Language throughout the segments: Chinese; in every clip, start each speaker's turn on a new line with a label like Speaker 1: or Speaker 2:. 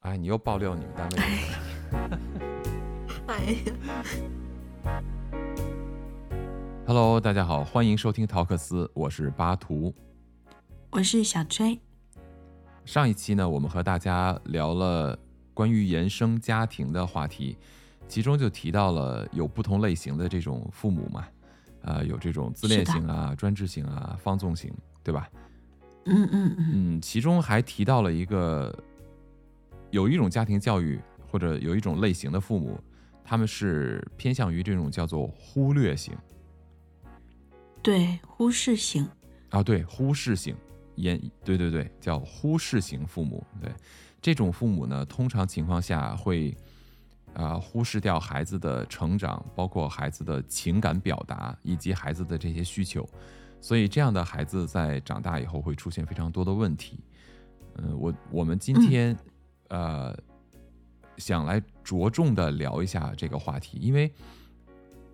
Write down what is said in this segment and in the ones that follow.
Speaker 1: 哎，你又爆料你们单位的人。
Speaker 2: 哎呀，
Speaker 1: Hello，大家好，欢迎收听陶克斯，我是巴图。
Speaker 2: 我是小追，
Speaker 1: 上一期呢，我们和大家聊了关于原生家庭的话题，其中就提到了有不同类型的这种父母嘛，呃，有这种自恋
Speaker 2: 是的
Speaker 1: 型啊、专制型啊、放纵型，对吧？
Speaker 2: 嗯嗯嗯，
Speaker 1: 嗯，其中还提到了一个，有一种家庭教育或者有一种类型的父母，他们是偏向于这种叫做忽略型
Speaker 2: 对，忽视型，
Speaker 1: 啊，对，忽视型，严，对对对，叫忽视型父母。对，这种父母呢，通常情况下会啊、忽视掉孩子的成长，包括孩子的情感表达以及孩子的这些需求，所以这样的孩子在长大以后会出现非常多的问题。嗯，我我们今天、呃想来着重的聊一下这个话题，因为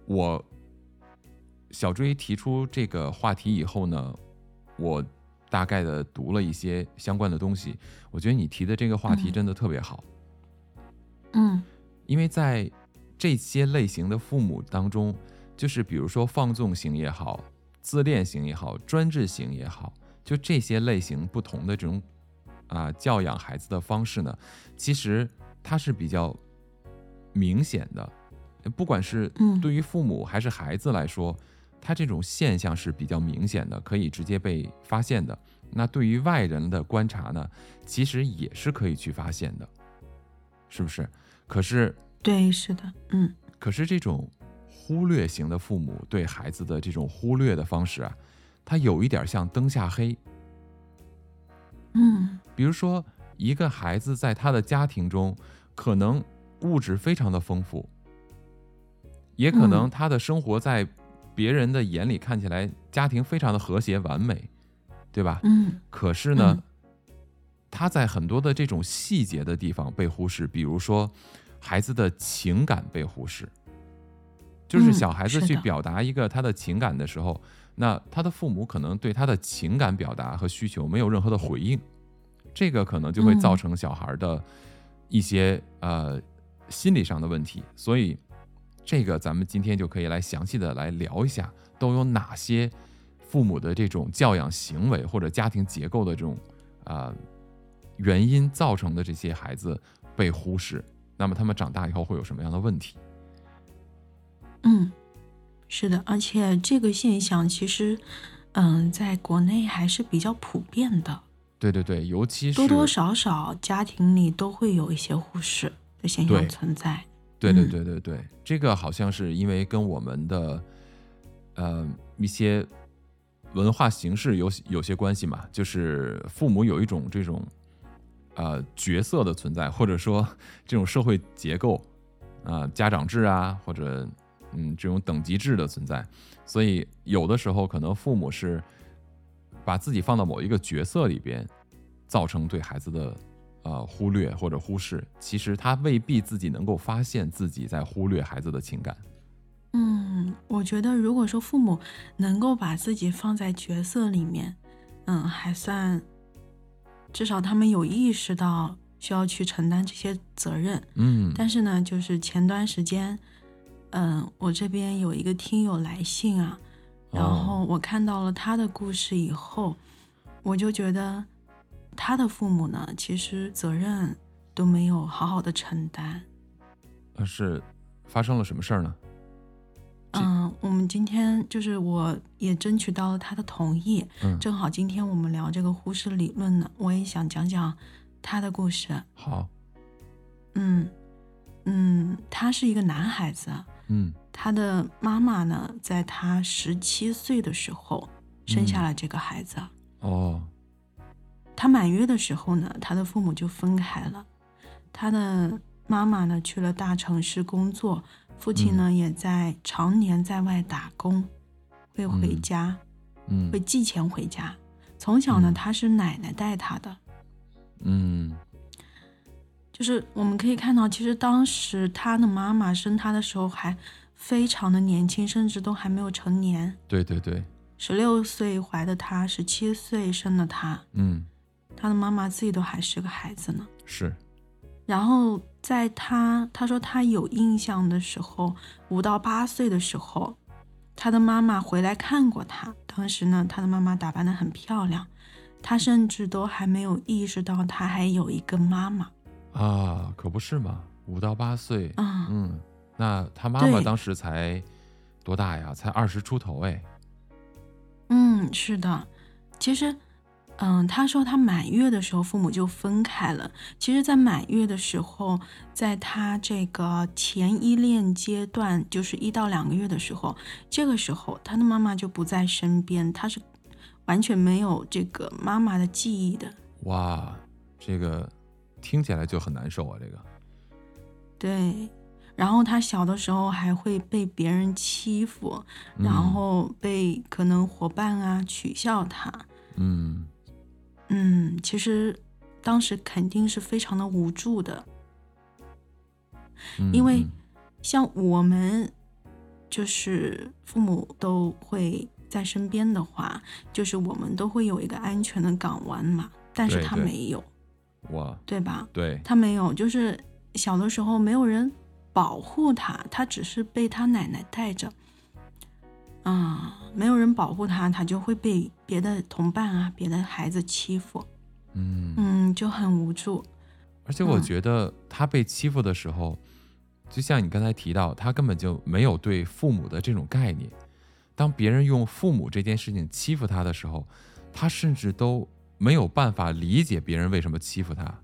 Speaker 1: 我小追提出这个话题以后呢，我大概的读了一些相关的东西，我觉得你提的这个话题
Speaker 2: 嗯
Speaker 1: 真的特别好。
Speaker 2: 嗯
Speaker 1: 因为在这些类型的父母当中，就是比如说放纵型也好，自恋型也好，专制型也好，就这些类型不同的这种啊、教养孩子的方式呢，其实它是比较明显的，不管是
Speaker 2: 嗯
Speaker 1: 对于父母还是孩子来说，它这种现象是比较明显的，可以直接被发现的。那对于外人的观察呢，其实也是可以去发现的，是不是？可是，
Speaker 2: 对，是的，嗯
Speaker 1: 可是这种忽略型的父母对孩子的这种忽略的方式啊，它有一点像灯下黑。
Speaker 2: 嗯
Speaker 1: 比如说，一个孩子在他的家庭中，可能物质非常的丰富，也可能
Speaker 2: 嗯
Speaker 1: 他的生活在别人的眼里看起来家庭非常的和谐完美，对吧？
Speaker 2: 嗯
Speaker 1: 可是呢，
Speaker 2: 嗯
Speaker 1: 他在很多的这种细节的地方被忽视，比如说孩子的情感被忽视，就是
Speaker 2: 嗯
Speaker 1: 小孩子
Speaker 2: 是
Speaker 1: 去
Speaker 2: 的
Speaker 1: 表达一个他的情感的时候，那他的父母可能对他的情感表达和需求没有任何的回应，这个可能就会造
Speaker 2: 嗯
Speaker 1: 成小孩的一些、呃心理上的问题，所以这个咱们今天就可以来详细的来聊一下，都有哪些父母的这种教养行为或者家庭结构的这种啊、呃原因造成的这些孩子被忽视，那么他们长大以后会有什么样的问题？
Speaker 2: 嗯，是的，而且这个现象其实，嗯，在国内还是比较普遍的，
Speaker 1: 对对对，尤其是
Speaker 2: 多多少少家庭里都会有一些忽视的现
Speaker 1: 对
Speaker 2: 象存在，
Speaker 1: 对对
Speaker 2: 嗯
Speaker 1: 对对对，这个好像是因为跟我们的呃一些文化形式有有些关系嘛，就是父母有一种这种呃角色的存在，或者说这种社会结构啊、家长制啊，或者嗯这种等级制的存在，所以有的时候可能父母是把自己放到某一个角色里边，造成对孩子的呃忽略或者忽视。其实他未必自己能够发现自己在忽略孩子的情感。
Speaker 2: 嗯，我觉得如果说父母能够把自己放在角色里面，嗯，还算，至少他们有意识到需要去承担这些责任。
Speaker 1: 嗯
Speaker 2: 但是呢，就是前段时间，嗯，我这边有一个听友来信啊，然
Speaker 1: 哦
Speaker 2: 后我看到了他的故事以后，我就觉得他的父母呢，其实责任都没有好好的承担。
Speaker 1: 呃是发生了什么事儿呢？这
Speaker 2: 嗯，我们今天就是我也争取到了他的同意，
Speaker 1: 嗯
Speaker 2: 正好今天我们聊这个忽视理论呢，我也想讲讲他的故事。
Speaker 1: 好，
Speaker 2: 嗯嗯，他是一个男孩子，
Speaker 1: 嗯
Speaker 2: 他的妈妈呢，在他十七岁的时候
Speaker 1: 嗯
Speaker 2: 生下了这个孩子。
Speaker 1: 哦，
Speaker 2: 他满月的时候呢，他的父母就分开了。他的妈妈呢去了大城市工作，父亲
Speaker 1: 嗯
Speaker 2: 呢、也在常年在外打工，会回
Speaker 1: 嗯
Speaker 2: 家。
Speaker 1: 嗯
Speaker 2: 会寄钱回家。从小呢
Speaker 1: 嗯，
Speaker 2: 他是奶奶带他的，
Speaker 1: 嗯
Speaker 2: 就是我们可以看到，其实当时他的妈妈生他的时候还非常的年轻，甚至都还没有成年，
Speaker 1: 对对对，
Speaker 2: 十六岁怀的他，十七岁生了他，
Speaker 1: 嗯
Speaker 2: 他的妈妈自己都还是个孩子呢。
Speaker 1: 是，
Speaker 2: 然后在他他说他有印象的时候，五到八岁的时候，他的妈妈回来看过他。当时呢，他的妈妈打扮得很漂亮，他甚至都还没有意识到他还有一个妈妈。
Speaker 1: 啊，可不是嘛，五到八岁，
Speaker 2: 啊、
Speaker 1: 嗯，那他妈妈
Speaker 2: 对
Speaker 1: 当时才多大呀？才二十出头哎，
Speaker 2: 嗯，是的，其实，嗯，他说他满月的时候父母就分开了。其实，在满月的时候，在他这个前依恋阶段，就是一到两个月的时候，这个时候他的妈妈就不在身边，他是完全没有这个妈妈的记忆的。
Speaker 1: 哇，这个听起来就很难受啊，这个
Speaker 2: 对，然后他小的时候还会被别人欺负，然
Speaker 1: 嗯
Speaker 2: 后被可能伙伴啊取笑他。
Speaker 1: 嗯，
Speaker 2: 嗯，其实当时肯定是非常的无助的，
Speaker 1: 嗯
Speaker 2: 因为
Speaker 1: 嗯
Speaker 2: 像我们就是父母都会在身边的话，就是我们都会有一个安全的港湾嘛，但是
Speaker 1: 对
Speaker 2: 他
Speaker 1: 对
Speaker 2: 没有，
Speaker 1: 哇，
Speaker 2: 对吧？
Speaker 1: 对，
Speaker 2: 他没有，就是小的时候没有人保护他，他只是被他奶奶带着，啊、没有人保护他，他就会被别的同伴啊、别的孩子欺负，
Speaker 1: 嗯，
Speaker 2: 嗯，就很无助。
Speaker 1: 而且我
Speaker 2: 嗯
Speaker 1: 觉得他被欺负的时候，就像你刚才提到，他根本就没有对父母的这种概念。当别人用父母这件事情欺负他的时候，他甚至都没有办法理解别人为什么欺负他，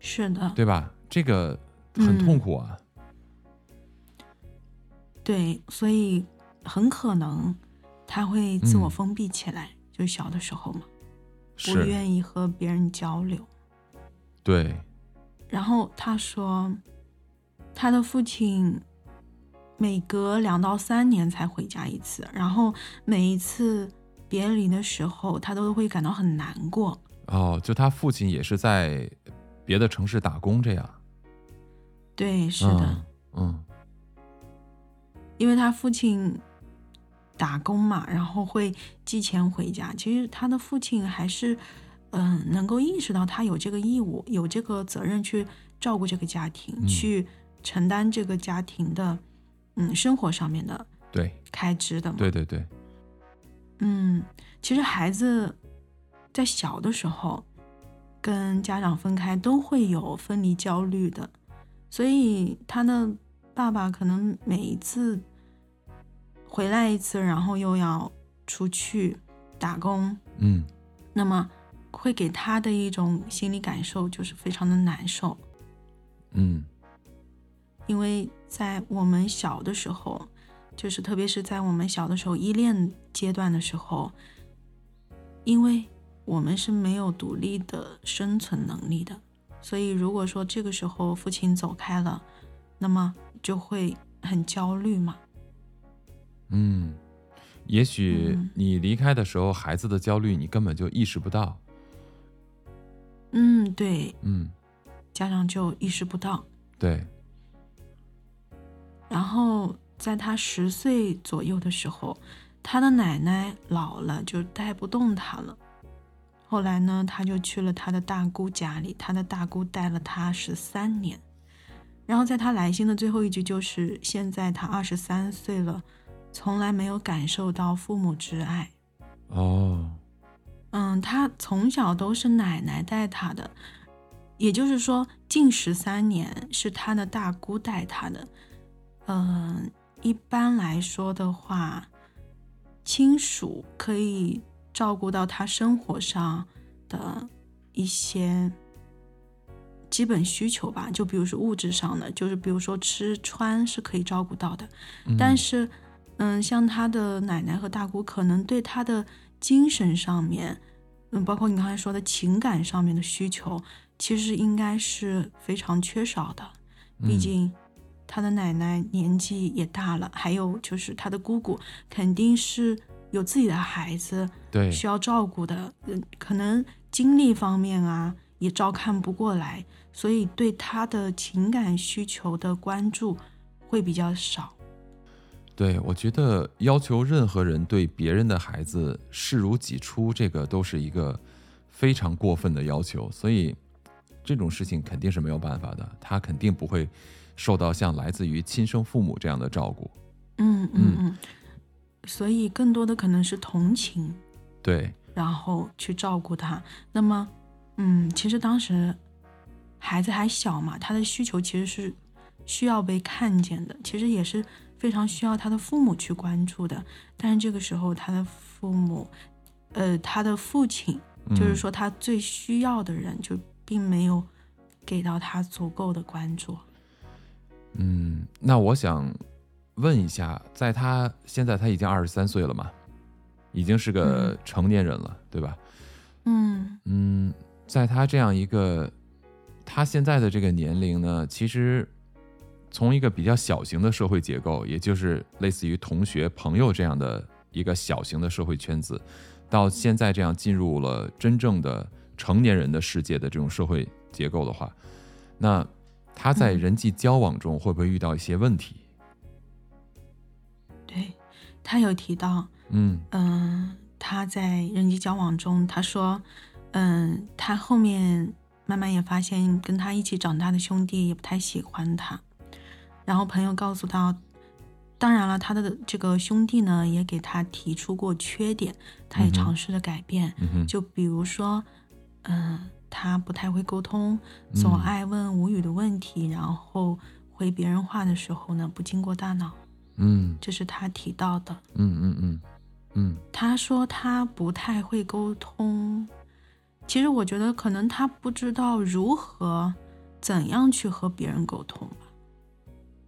Speaker 2: 是的，
Speaker 1: 对吧？这个很
Speaker 2: 嗯
Speaker 1: 痛苦啊。
Speaker 2: 对，所以很可能他会自我
Speaker 1: 嗯
Speaker 2: 封闭起来，就小的时候嘛，不
Speaker 1: 是，
Speaker 2: 愿意和别人交流。
Speaker 1: 对，
Speaker 2: 然后他说，他的父亲每隔两到三年才回家一次，然后每一次别离的时候，他都会感到很难过。
Speaker 1: 哦，就他父亲也是在别的城市打工这样。
Speaker 2: 对，是的，
Speaker 1: 嗯，
Speaker 2: 因为他父亲打工嘛，然后会寄钱回家。其实他的父亲还是，嗯、能够意识到他有这个义务，有这个责任去照顾这个家庭，
Speaker 1: 嗯
Speaker 2: 去承担这个家庭的，嗯，生活上面的
Speaker 1: 嗯，对，
Speaker 2: 开支的嘛。
Speaker 1: 对对对，
Speaker 2: 嗯，其实孩子在小的时候跟家长分开都会有分离焦虑的，所以他的爸爸可能每一次回来一次，然后又要出去打工，
Speaker 1: 嗯，
Speaker 2: 那么会给他的一种心理感受就是非常的难受，
Speaker 1: 嗯，
Speaker 2: 因为在我们小的时候，就是特别是在我们小的时候依恋阶段的时候，因为我们是没有独立的生存能力的，所以如果说这个时候父亲走开了，那么就会很焦虑嘛。
Speaker 1: 嗯，也许
Speaker 2: 嗯
Speaker 1: 你离开的时候，孩子的焦虑你根本就意识不到。
Speaker 2: 嗯，对，
Speaker 1: 嗯，
Speaker 2: 家长就意识不到。
Speaker 1: 对，
Speaker 2: 然后在他十岁左右的时候，他的奶奶老了，就带不动他了。后来呢，他就去了他的大姑家里，他的大姑带了他十三年。然后在他来信的最后一句就是：“现在他二十三岁了，从来没有感受到父母之爱。”
Speaker 1: 哦，
Speaker 2: 嗯，他从小都是奶奶带他的，也就是说，近十三年是他的大姑带他的。嗯，一般来说的话，亲属可以照顾到他生活上的一些基本需求吧，就比如说物质上的，就是比如说吃穿是可以照顾到的。
Speaker 1: 嗯
Speaker 2: 但是，嗯，像他的奶奶和大姑，可能对他的精神上面，嗯，包括你刚才说的情感上面的需求，其实应该是非常缺少的。毕
Speaker 1: 嗯
Speaker 2: 竟，他的奶奶年纪也大了，还有就是他的姑姑，肯定是有自己的孩子
Speaker 1: 对，
Speaker 2: 需要照顾的，嗯，可能精力方面啊也照看不过来，所以对他的情感需求的关注会比较少。
Speaker 1: 对，我觉得要求任何人对别人的孩子视如己出，这个都是一个非常过分的要求。所以，这种事情肯定是没有办法的，他肯定不会受到像来自于亲生父母这样的照顾。
Speaker 2: 嗯嗯嗯，所以更多的可能是同情，
Speaker 1: 对，
Speaker 2: 然后去照顾他。那么，嗯，其实当时孩子还小嘛，他的需求其实是需要被看见的，其实也是非常需要他的父母去关注的。但是这个时候，他的父母，呃，他的父亲，
Speaker 1: 嗯
Speaker 2: 就是说他最需要的人，就并没有给到他足够的关注。
Speaker 1: 嗯，那我想问一下，在他现在他已经二十三岁了嘛，已经是个
Speaker 2: 嗯
Speaker 1: 成年人了，对吧？
Speaker 2: 嗯
Speaker 1: 嗯，在他这样一个他现在的这个年龄呢，其实从一个比较小型的社会结构，也就是类似于同学、朋友这样的一个小型的社会圈子，到现在这样进入了真正的成年人的世界的这种社会结构的话，那他在
Speaker 2: 嗯
Speaker 1: 人际交往中会不会遇到一些问题？
Speaker 2: 对，他有提到，
Speaker 1: 嗯
Speaker 2: 嗯，他在人际交往中，他说，嗯，他后面慢慢也发现，跟他一起长大的兄弟也不太喜欢他。然后朋友告诉他，当然了，他的这个兄弟呢也给他提出过缺点，他也
Speaker 1: 嗯哼
Speaker 2: 尝试着改变，
Speaker 1: 嗯哼，
Speaker 2: 就比如说，嗯，他不太会沟通，总
Speaker 1: 嗯
Speaker 2: 爱问无语的问题，然后回别人话的时候呢不经过大脑，
Speaker 1: 嗯
Speaker 2: 这是他提到的。
Speaker 1: 嗯嗯嗯嗯
Speaker 2: 他说他不太会沟通，其实我觉得可能他不知道如何怎样去和别人沟通吧，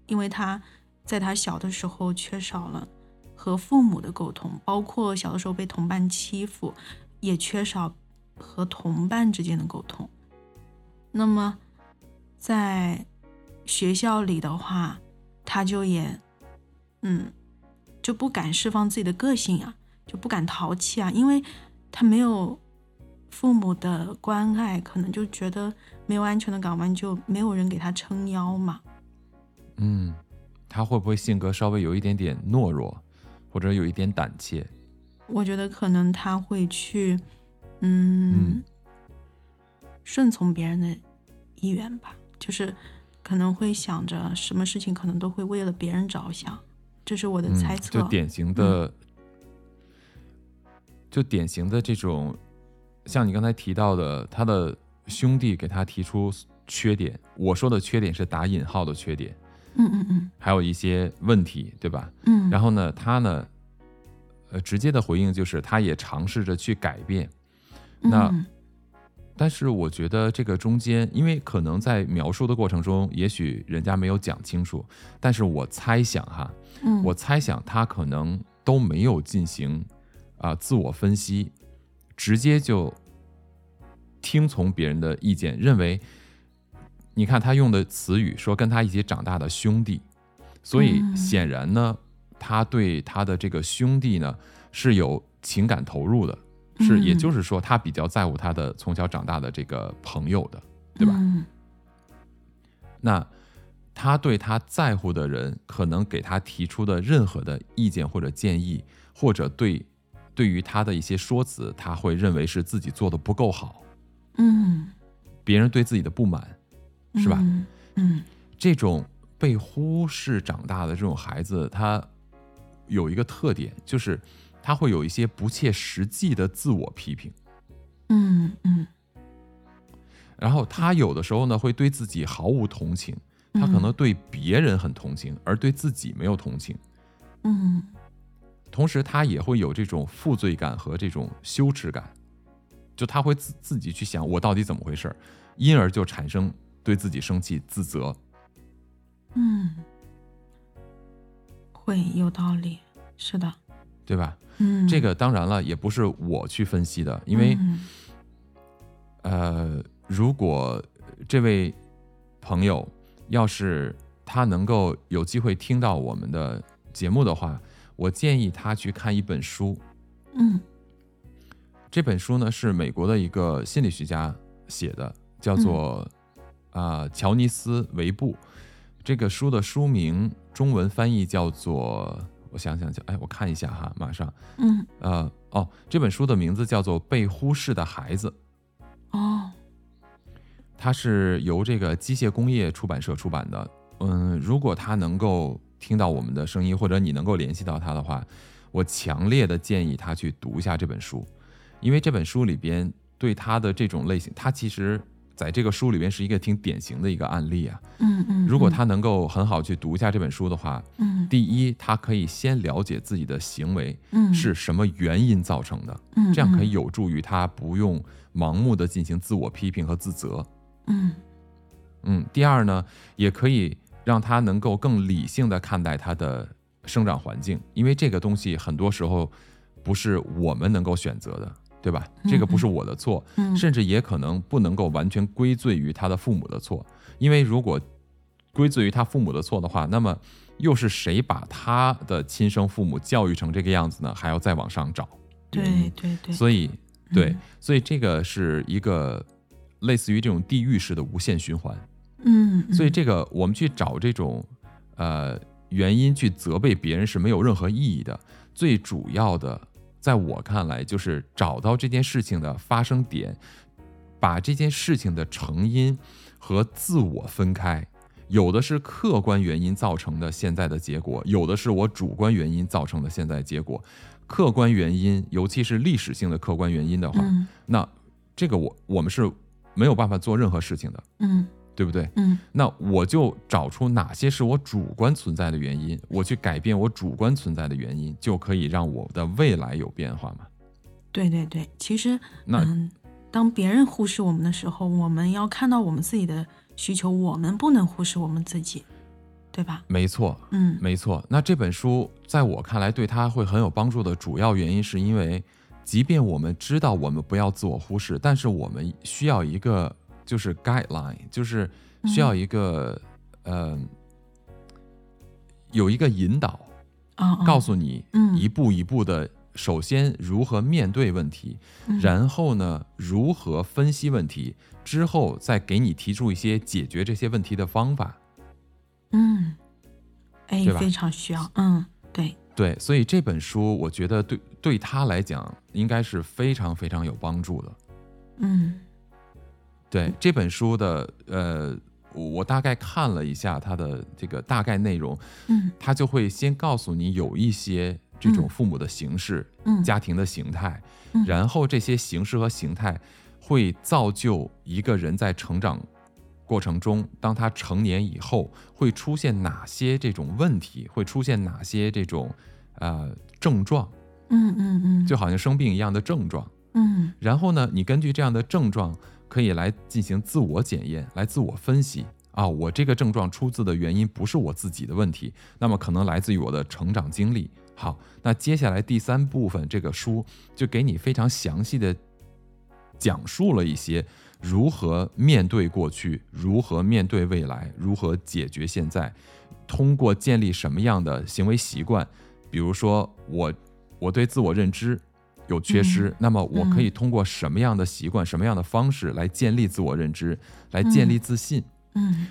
Speaker 2: 因为他在他小的时候缺少了和父母的沟通，包括小的时候被同伴欺负，也缺少和同伴之间的沟通。那么在学校里的话，他就也嗯就不敢释放自己的个性啊，就不敢淘气啊，因为他没有父母的关爱，可能就觉得没有安全的港湾，就没有人给他撑腰嘛。
Speaker 1: 嗯，他会不会性格稍微有一点点懦弱，或者有一点胆怯？
Speaker 2: 我觉得可能他会去，嗯，
Speaker 1: 嗯
Speaker 2: 顺从别人的意愿吧，就是可能会想着什么事情可能都会为了别人着想，这是我的
Speaker 1: 嗯
Speaker 2: 猜测。嗯
Speaker 1: 就典型的，就典型的这种，像你刚才提到的，他的兄弟给他提出缺点，我说的缺点是打引号的缺点，
Speaker 2: 嗯嗯嗯
Speaker 1: 还有一些问题，对吧？
Speaker 2: 嗯，
Speaker 1: 然后呢，他呢，呃，直接的回应就是，他也尝试着去改变，那
Speaker 2: 嗯
Speaker 1: 但是我觉得这个中间，因为可能在描述的过程中，也许人家没有讲清楚，但是我猜想哈，
Speaker 2: 嗯
Speaker 1: 我猜想他可能都没有进行啊、自我分析，直接就听从别人的意见，认为你看他用的词语说跟他一起长大的兄弟，所以
Speaker 2: 嗯
Speaker 1: 显然呢，他对他的这个兄弟呢是有情感投入的，是也
Speaker 2: 嗯
Speaker 1: 就是说他比较在乎他的从小长大的这个朋友的，对吧？
Speaker 2: 嗯
Speaker 1: 那他对他在乎的人，可能给他提出的任何的意见或者建议，或者对对于他的一些说辞，他会认为是自己做的不够好，
Speaker 2: 嗯，
Speaker 1: 别人对自己的不满，是吧？
Speaker 2: 嗯嗯
Speaker 1: 这种被忽视长大的这种孩子，他有一个特点，就是他会有一些不切实际的自我批评。
Speaker 2: 嗯嗯，
Speaker 1: 然后他有的时候呢会对自己毫无同情，他可能对别人很同情，而对自己没有同情。
Speaker 2: 嗯
Speaker 1: 同时他也会有这种负罪感和这种羞耻感，就他会自自己去想我到底怎么回事儿，因而就产生对自己生气、自责。
Speaker 2: 嗯，会有道理，是的，
Speaker 1: 对吧？
Speaker 2: 嗯，
Speaker 1: 这个当然了，也不是我去分析的，因为、
Speaker 2: 嗯
Speaker 1: 呃，如果这位朋友要是他能够有机会听到我们的节目的话，我建议他去看一本书，
Speaker 2: 嗯
Speaker 1: 这本书呢是美国的一个心理学家写的，叫做啊、呃乔尼斯·维布。这个书的书名中文翻译叫做，我想想叫，哎，我看一下哈，马上，
Speaker 2: 嗯
Speaker 1: 呃，哦，这本书的名字叫做《被忽视的孩子》，
Speaker 2: 哦，
Speaker 1: 它是由这个机械工业出版社出版的。嗯，如果他能够听到我们的声音，或者你能够联系到他的话，我强烈的建议他去读一下这本书，因为这本书里边对他的这种类型，他其实在这个书里边是一个挺典型的一个案例啊。
Speaker 2: 嗯嗯，
Speaker 1: 如果
Speaker 2: 嗯
Speaker 1: 他能够很好去读一下这本书的话，
Speaker 2: 嗯
Speaker 1: 第一，他可以先了解自己的行为
Speaker 2: 嗯
Speaker 1: 是什么原因造成的，
Speaker 2: 嗯
Speaker 1: 这样可以有助于他不用盲目的进行自我批评和自责。
Speaker 2: 嗯
Speaker 1: 嗯，第二呢，也可以让他能够更理性的看待他的生长环境，因为这个东西很多时候不是我们能够选择的，对吧？这个不是我的错，
Speaker 2: 嗯
Speaker 1: 甚至也可能不能够完全归罪于他的父母的错，因为如果归罪于他父母的错的话，那么又是谁把他的亲生父母教育成这个样子呢？还要再往上找原
Speaker 2: 对
Speaker 1: 因。
Speaker 2: 对对，
Speaker 1: 所以，对
Speaker 2: 嗯，
Speaker 1: 所以这个是一个类似于这种地狱式的无限循环。
Speaker 2: 嗯，
Speaker 1: 所以
Speaker 2: 嗯
Speaker 1: 这个我们去找这种呃原因去责备别人是没有任何意义的。最主要的，在我看来，就是找到这件事情的发生点，把这件事情的成因和自我分开。有的是客观原因造成的现在的结果，有的是我主观原因造成的现在结果。客观原因，尤其是历史性的客观原因的话，
Speaker 2: 嗯
Speaker 1: 那这个我我们是没有办法做任何事情的，
Speaker 2: 嗯
Speaker 1: 对不对？
Speaker 2: 嗯
Speaker 1: 那我就找出哪些是我主观存在的原因，我去改变我主观存在的原因，就可以让我的未来有变化嘛？
Speaker 2: 对对对，其实
Speaker 1: 那
Speaker 2: 嗯，当别人忽视我们的时候，我们要看到我们自己的需求，我们不能忽视我们自己，对吧？
Speaker 1: 没错，
Speaker 2: 嗯
Speaker 1: 没错。那这本书在我看来对他会很有帮助的主要原因，是因为即便我们知道我们不要自我忽视，但是我们需要一个就是 guideline，就是需要一个呃有一个引导，
Speaker 2: 啊，哦
Speaker 1: 告诉你
Speaker 2: 嗯
Speaker 1: 一步一步的，首先如何面对问题，
Speaker 2: 嗯
Speaker 1: 然后呢如何分析问题，之后再给你提出一些解决这些问题的方法。
Speaker 2: 嗯，哎
Speaker 1: 对，吧
Speaker 2: 非常需要，嗯，对，
Speaker 1: 对，所以这本书我觉得对对他来讲应该是非常非常有帮助的。
Speaker 2: 嗯
Speaker 1: 对这本书的呃，我我大概看了一下它的这个大概内容，
Speaker 2: 嗯
Speaker 1: 它就会先告诉你有一些这种
Speaker 2: 嗯
Speaker 1: 父母的形式，
Speaker 2: 嗯
Speaker 1: 家庭的形态，
Speaker 2: 嗯
Speaker 1: 然后这些形式和形态会造就一个人在成长过程中，当他成年以后会出现哪些这种问题，会出现哪些这种呃症状，
Speaker 2: 嗯嗯嗯，
Speaker 1: 就好像生病一样的症状。
Speaker 2: 嗯
Speaker 1: 然后呢，你根据这样的症状，可以来进行自我检验，来自我分析啊，我这个症状出自的原因不是我自己的问题，那么可能来自于我的成长经历。好，那接下来第三部分，这个书就给你非常详细的讲述了一些如何面对过去，如何面对未来，如何解决现在，通过建立什么样的行为习惯，比如说我我对自我认知有缺失，那么我可以通过什么样的习惯、什么样的方式来建立自我认知，来建立自信。
Speaker 2: 嗯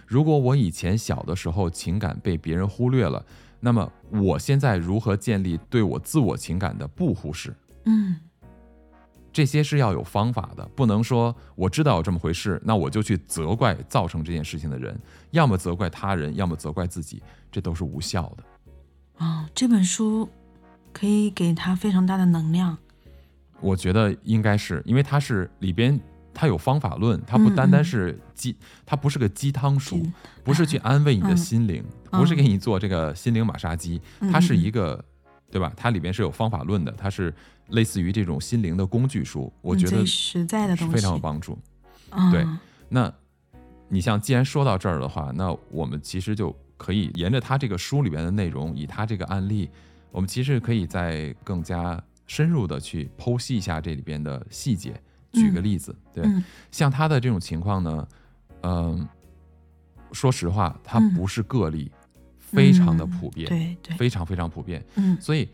Speaker 1: 如果我以前小的时候情感被别人忽略了，那么我现在如何建立对我自我情感的不忽视？
Speaker 2: 嗯
Speaker 1: 这些是要有方法的，不能说我知道有这么回事，那我就去责怪造成这件事情的人，要么责怪他人，要么责怪自己，这都是无效的。
Speaker 2: 啊、这本书可以给他非常大的能量，
Speaker 1: 我觉得应该是因为它是里边它有方法论，它不单单是鸡，它不是个鸡汤书，
Speaker 2: 嗯
Speaker 1: 不是去安慰你的心灵，
Speaker 2: 嗯
Speaker 1: 不是给你做这个心灵马杀鸡，
Speaker 2: 嗯
Speaker 1: 它是一个，对吧？它里边是有方法论的，它是类似于这种心灵的工具书，我
Speaker 2: 嗯
Speaker 1: 觉得是
Speaker 2: 最实在的东西，
Speaker 1: 非常有帮助。
Speaker 2: 嗯、
Speaker 1: 对那你像，既然说到这儿的话，那我们其实就可以沿着他这个书里边的内容，以他这个案例，我们其实可以再更加深入的去剖析一下这里边的细节。举个例子，对，
Speaker 2: 嗯
Speaker 1: 像他的这种情况呢，嗯、说实话，他
Speaker 2: 嗯
Speaker 1: 不是个例，非常的
Speaker 2: 嗯
Speaker 1: 普遍，
Speaker 2: 对对，
Speaker 1: 非常非常普遍。
Speaker 2: 嗯
Speaker 1: 所以，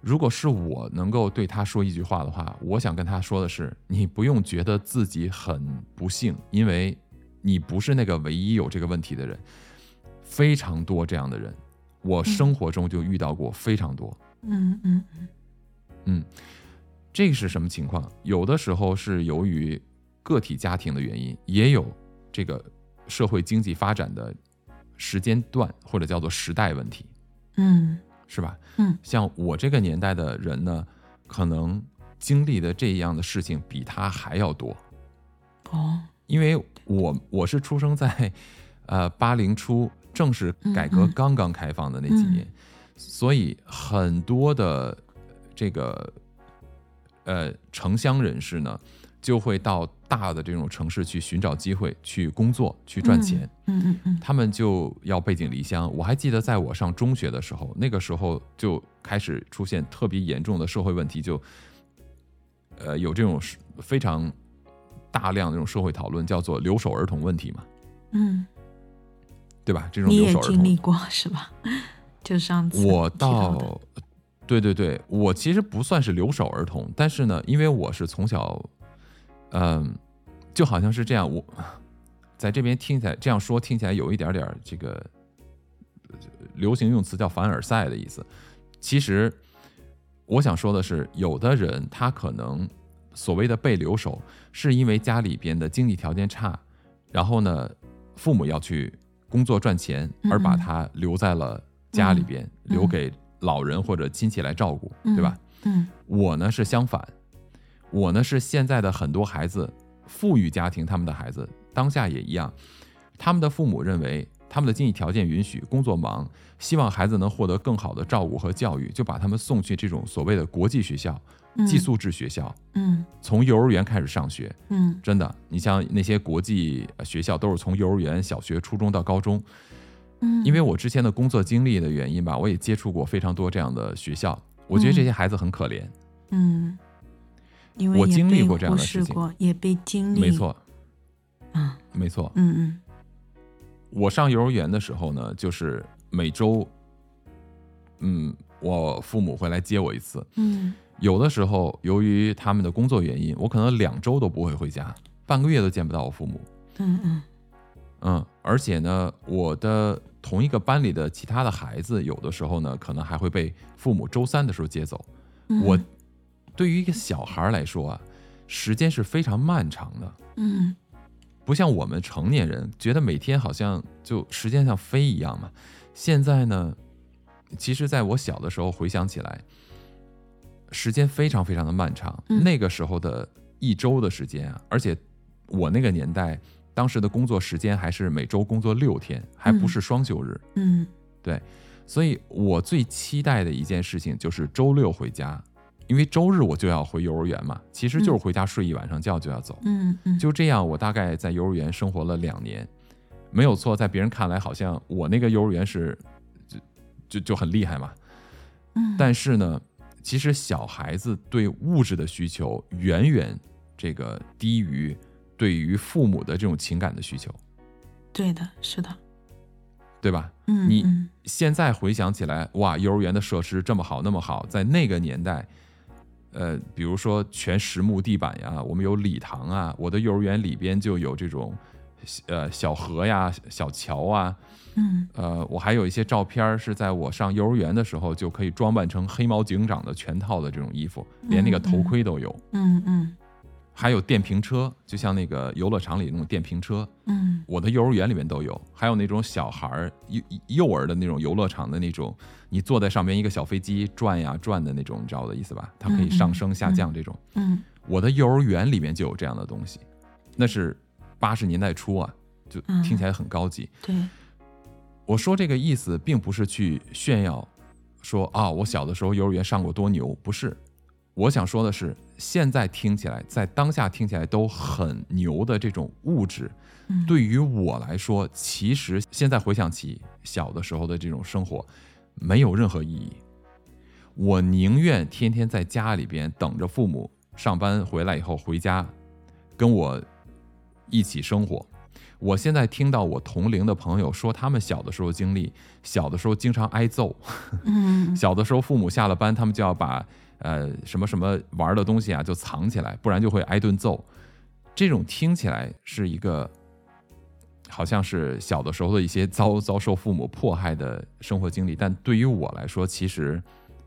Speaker 1: 如果是我能够对他说一句话的话，我想跟他说的是：你不用觉得自己很不幸，因为你不是那个唯一有这个问题的人，非常多这样的人，我生活中就遇到过非常多。
Speaker 2: 嗯嗯嗯
Speaker 1: 嗯，这个是什么情况？有的时候是由于个体家庭的原因，也有这个社会经济发展的时间段，或者叫做时代问题，
Speaker 2: 嗯
Speaker 1: 是吧？
Speaker 2: 嗯，
Speaker 1: 像我这个年代的人呢，可能经历的这样的事情比他还要多，
Speaker 2: 哦，
Speaker 1: 因为我我是出生在呃八零初，正是改革
Speaker 2: 嗯嗯
Speaker 1: 刚刚开放的那几年，所以很多的这个呃城乡人士呢，就会到大的这种城市去寻找机会去工作去赚钱。
Speaker 2: 嗯嗯嗯
Speaker 1: 他们就要背井离乡。我还记得在我上中学的时候，那个时候就开始出现特别严重的社会问题，就呃有这种是非常大量的这种社会讨论，叫做留守儿童问题嘛，
Speaker 2: 嗯
Speaker 1: 对吧？这
Speaker 2: 嗯，
Speaker 1: 种
Speaker 2: 你
Speaker 1: 留
Speaker 2: 也
Speaker 1: 守儿
Speaker 2: 经
Speaker 1: 童
Speaker 2: 历，过是吧？就上次
Speaker 1: 我
Speaker 2: 提到的
Speaker 1: 到对对对，我其实不算是留守儿童，但是呢，因为我是从小，嗯、就好像是这样，我在这边听起来这样说听起来有一点点儿这个呃流行用词叫凡尔赛的意思。其实我想说的是，有的人他可能所谓的被留守，是因为家里边的经济条件差，然后呢，父母要去工作赚钱，而把
Speaker 2: 嗯嗯
Speaker 1: 他留在了家里边，
Speaker 2: 嗯
Speaker 1: 留给老人或者亲戚来照顾，对吧？
Speaker 2: 嗯
Speaker 1: 我呢是相反，我呢是现在的很多孩子，富裕家庭他们的孩子当下也一样，他们的父母认为他们的经济条件允许，工作忙，希望孩子能获得更好的照顾和教育，就把他们送去这种所谓的国际学校、
Speaker 2: 嗯
Speaker 1: 寄宿制学校，
Speaker 2: 嗯
Speaker 1: 从幼儿园开始上学。
Speaker 2: 嗯
Speaker 1: 真的，你像那些国际呃学校都是从幼儿园、小学、初中到高中，
Speaker 2: 嗯，
Speaker 1: 因为我之前的工作经历的原因吧，我也接触过非常多这样的学校。我觉得这些孩子很可怜，
Speaker 2: 嗯，因为
Speaker 1: 我
Speaker 2: 也
Speaker 1: 经历
Speaker 2: 被
Speaker 1: 过这样
Speaker 2: 忽
Speaker 1: 的事
Speaker 2: 视
Speaker 1: 情
Speaker 2: 过也被经历，
Speaker 1: 没，错，
Speaker 2: 啊，
Speaker 1: 没错。
Speaker 2: 嗯嗯
Speaker 1: 我上幼儿园的时候呢，就是每周，嗯，我父母会来接我一次。
Speaker 2: 嗯
Speaker 1: 有的时候，由于他们的工作原因，我可能两周都不会回家，半个月都见不到我父母。
Speaker 2: 嗯嗯
Speaker 1: 嗯，而且呢，我的同一个班里的其他的孩子，有的时候呢，可能还会被父母周三的时候接走。
Speaker 2: 嗯，
Speaker 1: 我对于一个小孩儿来说啊，时间是非常漫长的，
Speaker 2: 嗯
Speaker 1: 不像我们成年人觉得每天好像就时间像飞一样嘛。现在呢，其实在我小的时候回想起来，时间非常非常的漫长。
Speaker 2: 嗯
Speaker 1: 那个时候的一周的时间啊，而且我那个年代，当时的工作时间还是每周工作六天，还不
Speaker 2: 嗯
Speaker 1: 是双休日。
Speaker 2: 嗯
Speaker 1: 所以我最期待的一件事情就是周六回家，因为周日我就要回幼儿园嘛，其实就是回家睡一晚上觉就要走。
Speaker 2: 嗯嗯，
Speaker 1: 就这样，我大概在幼儿园生活了两年，没有错，在别人看来好像我那个幼儿园是就就就很厉害嘛，
Speaker 2: 嗯
Speaker 1: 但是呢，其实小孩子对物质的需求远远这个低于对于父母的这种情感的需求，
Speaker 2: 对的，是的，
Speaker 1: 对吧？
Speaker 2: 嗯
Speaker 1: 你
Speaker 2: 嗯
Speaker 1: 现在回想起来，哇，幼儿园的设施这么好，那么好，在那个年代，呃，比如说全实木地板呀，我们有礼堂啊，我的幼儿园里边就有这种，呃，小河呀、小桥啊，
Speaker 2: 嗯
Speaker 1: 呃，我还有一些照片儿是在我上幼儿园的时候就可以装扮成黑猫警长的全套的这种衣服，连那个头盔都有，
Speaker 2: 嗯嗯
Speaker 1: 还有电瓶车，就像那个游乐场里那种电瓶车，
Speaker 2: 嗯
Speaker 1: 我的幼儿园里面都有，还有那种小孩儿幼幼儿的那种游乐场的那种，你坐在上面一个小飞机转呀转的那种，你知道我的意思吧？它可以上升下降这种。
Speaker 2: 嗯
Speaker 1: 我的幼儿园里面就有这样的东西，那是八十年代初啊，就
Speaker 2: 嗯
Speaker 1: 听起来很高级。
Speaker 2: 对，
Speaker 1: 我说这个意思，并不是去炫耀，说啊、我小的时候幼儿园上过多牛，不是。我想说的是，现在听起来，在当下听起来都很牛的这种物质，
Speaker 2: 嗯
Speaker 1: 对于我来说，其实现在回想起小的时候的这种生活，没有任何意义。我宁愿天天在家里边等着父母上班回来以后回家，跟我一起生活。我现在听到我同龄的朋友说他们小的时候经历，小的时候经常挨揍，
Speaker 2: 嗯
Speaker 1: 小的时候父母下了班，他们就要把呃什么什么玩的东西啊就藏起来，不然就会挨顿揍。这种听起来是一个好像是小的时候的一些遭遭受父母迫害的生活经历，但对于我来说，其实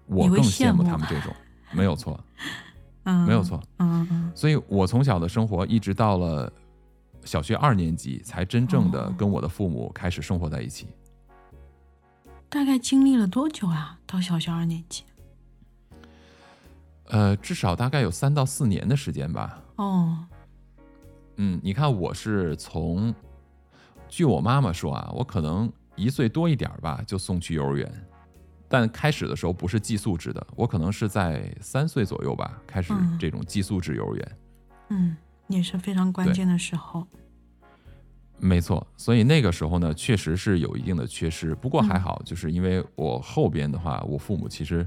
Speaker 1: 我
Speaker 2: 你会
Speaker 1: 更羡慕
Speaker 2: 羡慕
Speaker 1: 他们这种，没有错，
Speaker 2: 嗯
Speaker 1: 没有错。
Speaker 2: 嗯嗯
Speaker 1: 所以我从小的生活一直到了小学二年级才真正的
Speaker 2: 哦
Speaker 1: 跟我的父母开始生活在一起。
Speaker 2: 大概经历了多久啊？到小学二年级
Speaker 1: 呃，至少大概有三到四年的时间吧。
Speaker 2: 哦，
Speaker 1: 嗯，你看，我是从，据我妈妈说啊，我可能一岁多一点儿吧，就送去幼儿园。但开始的时候不是寄宿制的，我可能是在三岁左右吧，开始
Speaker 2: 嗯
Speaker 1: 这种寄宿制幼儿园。
Speaker 2: 嗯，也是非常关
Speaker 1: 对
Speaker 2: 键的时候。
Speaker 1: 没错，所以那个时候呢，确实是有一定的缺失。不过还
Speaker 2: 嗯
Speaker 1: 好，就是因为我后边的话，我父母其实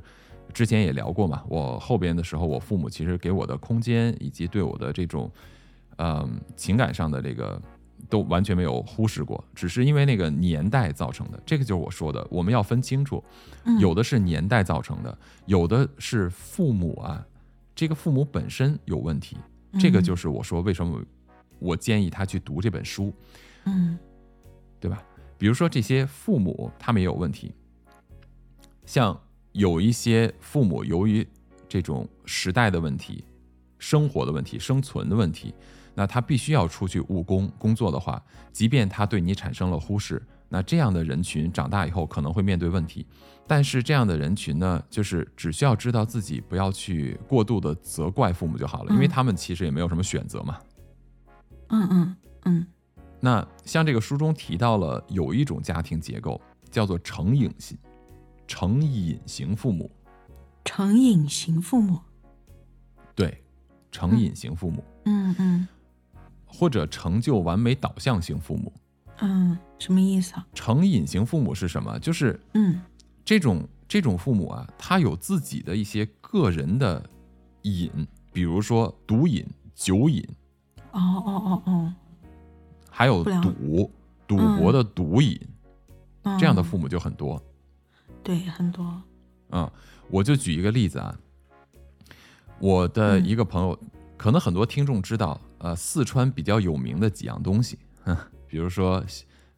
Speaker 1: 之前也聊过嘛，我后边的时候，我父母其实给我的空间以及对我的这种，嗯、情感上的这个都完全没有忽视过，只是因为那个年代造成的。这个就是我说的，我们要分清楚，
Speaker 2: 嗯，
Speaker 1: 有的是年代造成的，有的是父母啊，这个父母本身有问题。这
Speaker 2: 嗯
Speaker 1: 个就是是我说为什么我建议他去读这本书。
Speaker 2: 嗯
Speaker 1: 对吧？比如说这些父母他们也有问题，像有一些父母由于这种时代的问题、生活的问题、生存的问题，那他必须要出去务工工作的话，即便他对你产生了忽视，那这样的人群长大以后可能会面对问题。但是这样的人群呢，就是只需要知道自己不要去过度的责怪父母就好了，因为
Speaker 2: 嗯
Speaker 1: 他们其实也没有什么选择嘛。
Speaker 2: 嗯嗯嗯
Speaker 1: 那像这个书中提到了有一种家庭结构叫做成瘾型，成瘾型父母，
Speaker 2: 成瘾型父母，
Speaker 1: 对，成瘾型父母、
Speaker 2: 嗯嗯
Speaker 1: 或者成就完美导向型父母。
Speaker 2: 嗯，什么意思啊？
Speaker 1: 成瘾型父母是什么？就是
Speaker 2: 嗯
Speaker 1: 这种这种父母啊，他有自己的一些个人的瘾，比如说毒瘾、酒瘾，
Speaker 2: 哦哦哦哦，
Speaker 1: 还有
Speaker 2: 不良
Speaker 1: 赌赌博的赌瘾，
Speaker 2: 嗯
Speaker 1: 这样的父母就很多。
Speaker 2: 对很多，
Speaker 1: 嗯，我就举一个例子啊，我
Speaker 2: 嗯
Speaker 1: 的一个朋友，可能很多听众知道，呃，四川比较有名的几样东西，哼，比如说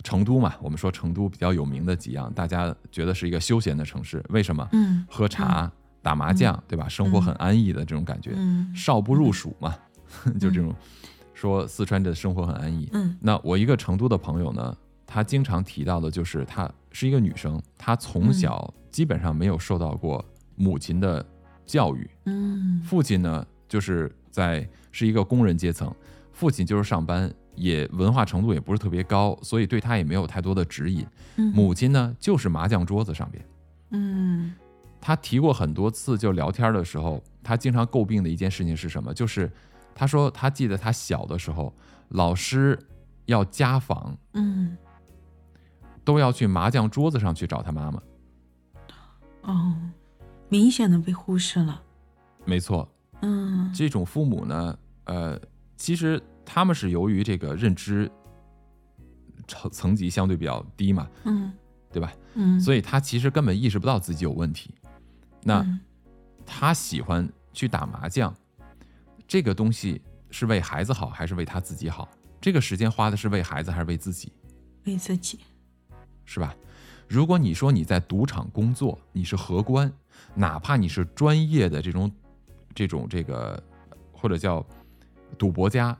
Speaker 1: 成都嘛，我们说成都比较有名的几样，大家觉得是一个休闲的城市，为什么？
Speaker 2: 嗯
Speaker 1: 喝茶、打麻将，对吧？生活很安逸的这种感觉，
Speaker 2: 嗯
Speaker 1: 少不入蜀嘛， 就这种说四川的生活很安逸。
Speaker 2: 嗯
Speaker 1: 那我一个成都的朋友呢，她经常提到的就是她是一个女生，她从小基本上没有受到过母亲的教育，
Speaker 2: 嗯
Speaker 1: 父亲呢就是在是一个工人阶层，父亲就是上班，也文化程度也不是特别高，所以对她也没有太多的指引。
Speaker 2: 嗯
Speaker 1: 母亲呢就是麻将桌子上边。
Speaker 2: 嗯
Speaker 1: 他提过很多次，就聊天的时候，他经常诟病的一件事情是什么？就是他说他记得他小的时候，老师要家访
Speaker 2: 嗯
Speaker 1: 都要去麻将桌子上去找他妈妈。
Speaker 2: 哦，明显的被忽视了，
Speaker 1: 没错，
Speaker 2: 嗯
Speaker 1: 这种父母呢，呃，其实他们是由于这个认知层层级相对比较低嘛，
Speaker 2: 嗯
Speaker 1: 对吧？
Speaker 2: 嗯，
Speaker 1: 所
Speaker 2: 以
Speaker 1: 以他其实根本意识不到自己有问题。那
Speaker 2: 嗯
Speaker 1: 他喜欢去打麻将，这个东西是为孩子好还是为他自己好？这个时间花的是为孩子还是为自己，
Speaker 2: 为自己，
Speaker 1: 是吧？如果你说你在赌场工作，你是荷官，哪怕你是专业的这种、这种这个或者叫赌博家，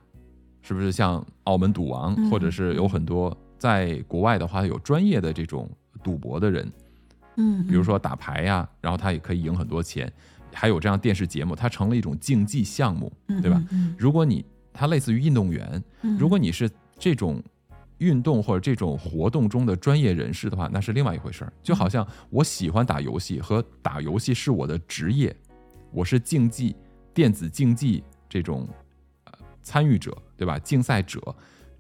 Speaker 1: 是不是像澳门赌王，
Speaker 2: 嗯
Speaker 1: 或者是有很多在国外的话有专业的这种赌博的人，
Speaker 2: 嗯，
Speaker 1: 比如说打牌呀、然后他也可以赢很多钱，还有这样电视节目，它成了一种竞技项目，
Speaker 2: 嗯
Speaker 1: 对吧？？
Speaker 2: 嗯
Speaker 1: 如果你它类似于运动员，
Speaker 2: 嗯
Speaker 1: 如果你是这种运动或者这种活动中的专业人士的话，那是另外一回事儿。就好像我喜欢打游戏和打游戏是我的职业，我是竞技电子竞技这种呃参与者，对吧？竞赛者，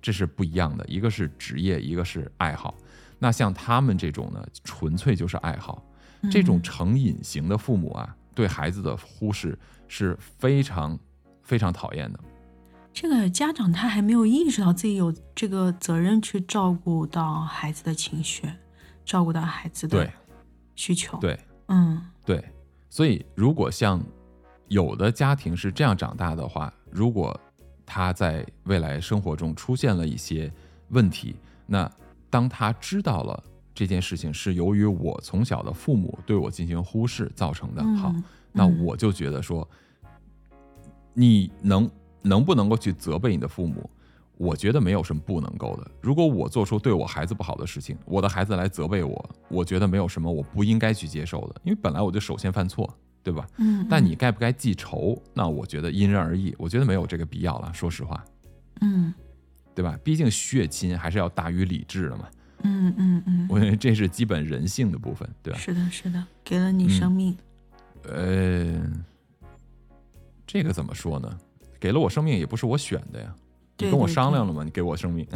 Speaker 1: 这是不一样的，一个是职业，一个是爱好。那像他们这种呢，纯粹就是爱好。
Speaker 2: 嗯
Speaker 1: 这种成瘾型的父母啊，对孩子的忽视是非常非常讨厌的。
Speaker 2: 这个家长他还没有意识到自己有这个责任去照顾到孩子的情绪，照顾到孩子的
Speaker 1: 对
Speaker 2: 需求。，
Speaker 1: 对
Speaker 2: 嗯
Speaker 1: 对，所以如果像有的家庭是这样长大的话，如果他在未来生活中出现了一些问题，那当他知道了这件事情是由于我从小的父母对我进行忽视造成的，
Speaker 2: 嗯，
Speaker 1: 好，
Speaker 2: 嗯
Speaker 1: 那我就觉得说，你能能不能够去责备你的父母？我觉得没有什么不能够的。如果我做出对我孩子不好的事情，我的孩子来责备我，我觉得没有什么我不应该去接受的，因为本来我就首先犯错，对吧？
Speaker 2: 嗯，
Speaker 1: 但你该不该记仇，那我觉得因人而异，我觉得没有这个必要了，说实话，
Speaker 2: 嗯
Speaker 1: 对吧？毕竟血亲还是要大于理智的嘛，
Speaker 2: 嗯嗯嗯，
Speaker 1: 我觉得这是基本人性的部分，对吧？
Speaker 2: 是的，是的，给了你
Speaker 1: 嗯
Speaker 2: 生命，
Speaker 1: 呃，这个怎么说呢？给了我生命也不是我选的呀，你
Speaker 2: 对
Speaker 1: 跟我
Speaker 2: 对
Speaker 1: 商
Speaker 2: 对
Speaker 1: 量了吗？你给我生命，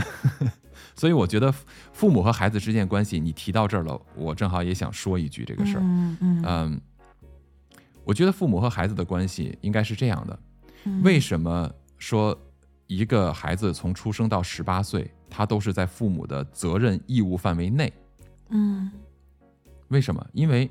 Speaker 1: 所以我觉得父父母和孩子之间的关系，你提到这儿了，我正好也想说一句这个事儿。
Speaker 2: 嗯嗯
Speaker 1: 嗯，我觉得父母和孩子的关系应该是这样的：
Speaker 2: 嗯，
Speaker 1: 为什么说一个孩子从出生到十八岁，他都是在父母的责任义务范围内？
Speaker 2: 嗯
Speaker 1: 为什么？因为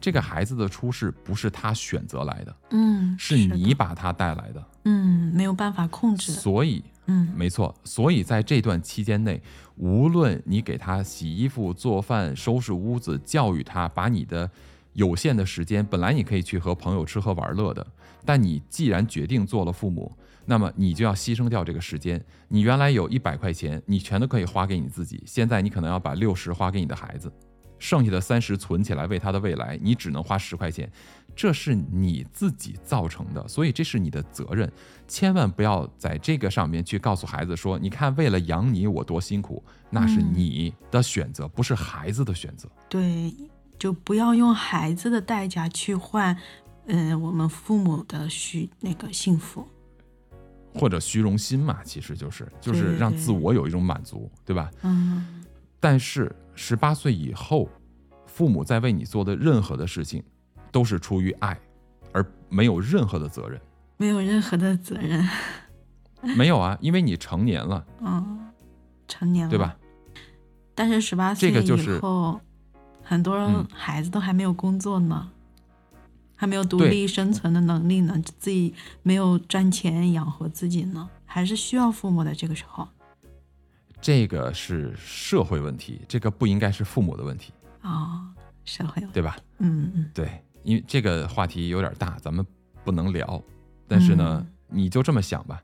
Speaker 1: 这个孩子的出世不是他选择来的，
Speaker 2: 嗯
Speaker 1: 是
Speaker 2: 的
Speaker 1: 你把他带来的。
Speaker 2: 嗯没有办法控制的，
Speaker 1: 所以，
Speaker 2: 嗯
Speaker 1: 没错，所以在这段期间内，无论你给他洗衣服、做饭、收拾屋子、教育他，把你的有限的时间，本来你可以去和朋友吃喝玩乐的，但你既然决定做了父母，那么你就要牺牲掉这个时间。你原来有一百块钱，你全都可以花给你自己，现在你可能要把六十花给你的孩子，剩下的三十存起来为他的未来，你只能花十块钱。这是你自己造成的，所以这是你的责任。千万不要在这个上面去告诉孩子说：“你看，为了养你，我多辛苦。”那是
Speaker 2: 嗯
Speaker 1: 你的选择，不是孩子的选择。
Speaker 2: 对，就不要用孩子的代价去换，嗯、我们父母的许那个幸福，
Speaker 1: 或者虚荣心嘛，其实就是就是
Speaker 2: 对对
Speaker 1: 让
Speaker 2: 对
Speaker 1: 自我有一种满足，对吧？
Speaker 2: 嗯
Speaker 1: 但是十八岁以后，父母在为你做的任何的事情，都是出于爱，而没有任何的责任。
Speaker 2: 没有任何的责任，
Speaker 1: 没有 啊，因为你成年了，
Speaker 2: 嗯，成年了，
Speaker 1: 对吧？？
Speaker 2: 但是十八岁
Speaker 1: 这个就是
Speaker 2: 以后，很多
Speaker 1: 嗯
Speaker 2: 人孩子都还没有工作呢，还没有独
Speaker 1: 对
Speaker 2: 立生存的能力呢，自己没有赚钱养活自己呢，还是需要父母的。这个时候
Speaker 1: 这个是社会问题，这个不应该是父母的问题，
Speaker 2: 啊、社会有，
Speaker 1: 对吧？
Speaker 2: 嗯嗯，
Speaker 1: 对，因为这个话题有点大，咱们不能聊。但是呢，
Speaker 2: 嗯
Speaker 1: 你就这么想吧。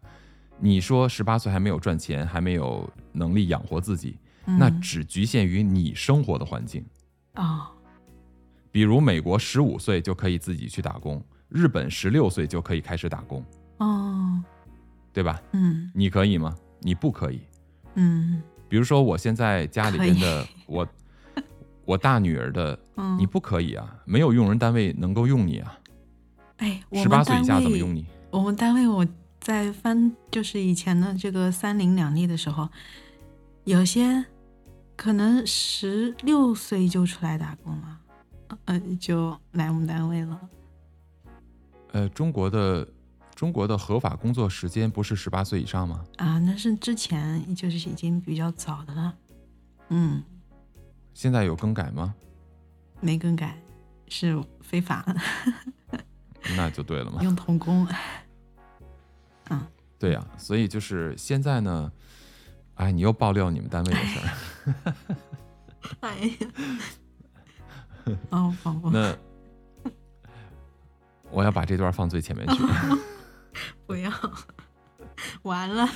Speaker 1: 你说十八岁还没有赚钱，还没有能力养活自己，
Speaker 2: 嗯
Speaker 1: 那只局限于你生活的环境。
Speaker 2: 哦，
Speaker 1: 比如美国十五岁就可以自己去打工，日本十六岁就可以开始打工，
Speaker 2: 哦，
Speaker 1: 对吧？
Speaker 2: 嗯
Speaker 1: 你可以吗？你不可以。
Speaker 2: 嗯
Speaker 1: 比如说我现在家里边的 我，我大女儿的，
Speaker 2: 嗯，
Speaker 1: 你不可以啊，没有用人单位能够用你啊。
Speaker 2: 哎，我
Speaker 1: 十
Speaker 2: 们
Speaker 1: 八
Speaker 2: 单
Speaker 1: 岁以下怎么用
Speaker 2: 位
Speaker 1: 你？
Speaker 2: 我们单位我在翻就是以前的这个三零两例的时候，有些可能十六岁就出来打工了，呃，就来我们单位了。
Speaker 1: 呃，中国的中国的合法工作时间不是十八岁以上吗？
Speaker 2: 啊，那是之前就是已经比较早的了，嗯，
Speaker 1: 现在有更改吗？
Speaker 2: 没更改，是非法的，
Speaker 1: 那就对了嘛。
Speaker 2: 用童工。 哎
Speaker 1: 对呀、所以就是现在呢，哎，你又爆料你们单位的事儿。
Speaker 2: 哎呀， 哦，宝宝，
Speaker 1: 那我要把这段放最前面去。
Speaker 2: 不要， 完了，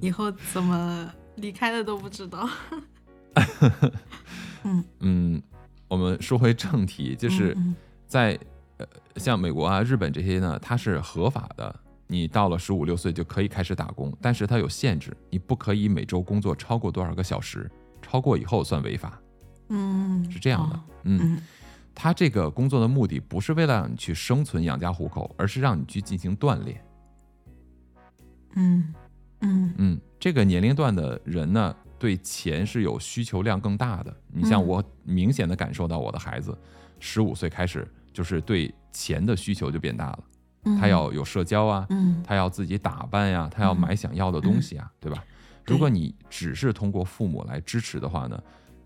Speaker 2: 以后怎么离开的都不知道。
Speaker 1: 嗯，我们说回正题，就是
Speaker 2: 嗯
Speaker 1: 在呃像美国啊、日本这些呢，它是合法的。你到了十五六岁就可以开始打工，但是它有限制，你不可以每周工作超过多少个小时，超过以后算违法，
Speaker 2: 嗯，嗯
Speaker 1: 是这样的
Speaker 2: 哦。
Speaker 1: 嗯，
Speaker 2: 嗯
Speaker 1: 他这个工作的目的不是为了让你去生存养家糊口，而是让你去进行锻炼。
Speaker 2: 嗯嗯
Speaker 1: 嗯，这个年龄段的人呢，对钱是有需求量更大的。你像
Speaker 2: 嗯
Speaker 1: 我，明显的感受到我的孩子，十五岁开始就是对钱的需求就变大了。
Speaker 2: 嗯，
Speaker 1: 他要有社交啊，
Speaker 2: 嗯
Speaker 1: 他要自己打扮呀、他要
Speaker 2: 嗯
Speaker 1: 买想要的东西啊，对吧？
Speaker 2: 对
Speaker 1: 如果你只是通过父母来支持的话呢，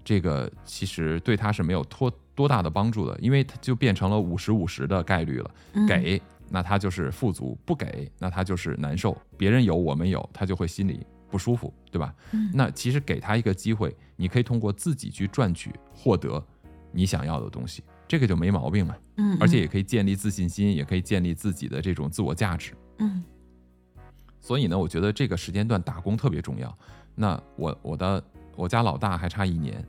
Speaker 1: 这个其实对他是没有多多大的帮助的，因为他就变成了五十五十的概率了。
Speaker 2: 嗯
Speaker 1: 给，那他就是富足；不给，那他就是难受。别人有，我们有，他就会心里不舒服，对吧？
Speaker 2: 嗯
Speaker 1: 那其实给他一个机会，你可以通过自己去赚取、获得你想要的东西，这个就没毛病嘛。
Speaker 2: 嗯，
Speaker 1: 而且也可以建立自信心，也可以建立自己的这种自我价值。
Speaker 2: 嗯
Speaker 1: 所以呢，我觉得这个时间段打工特别重要。那我我的我家老大还差一年，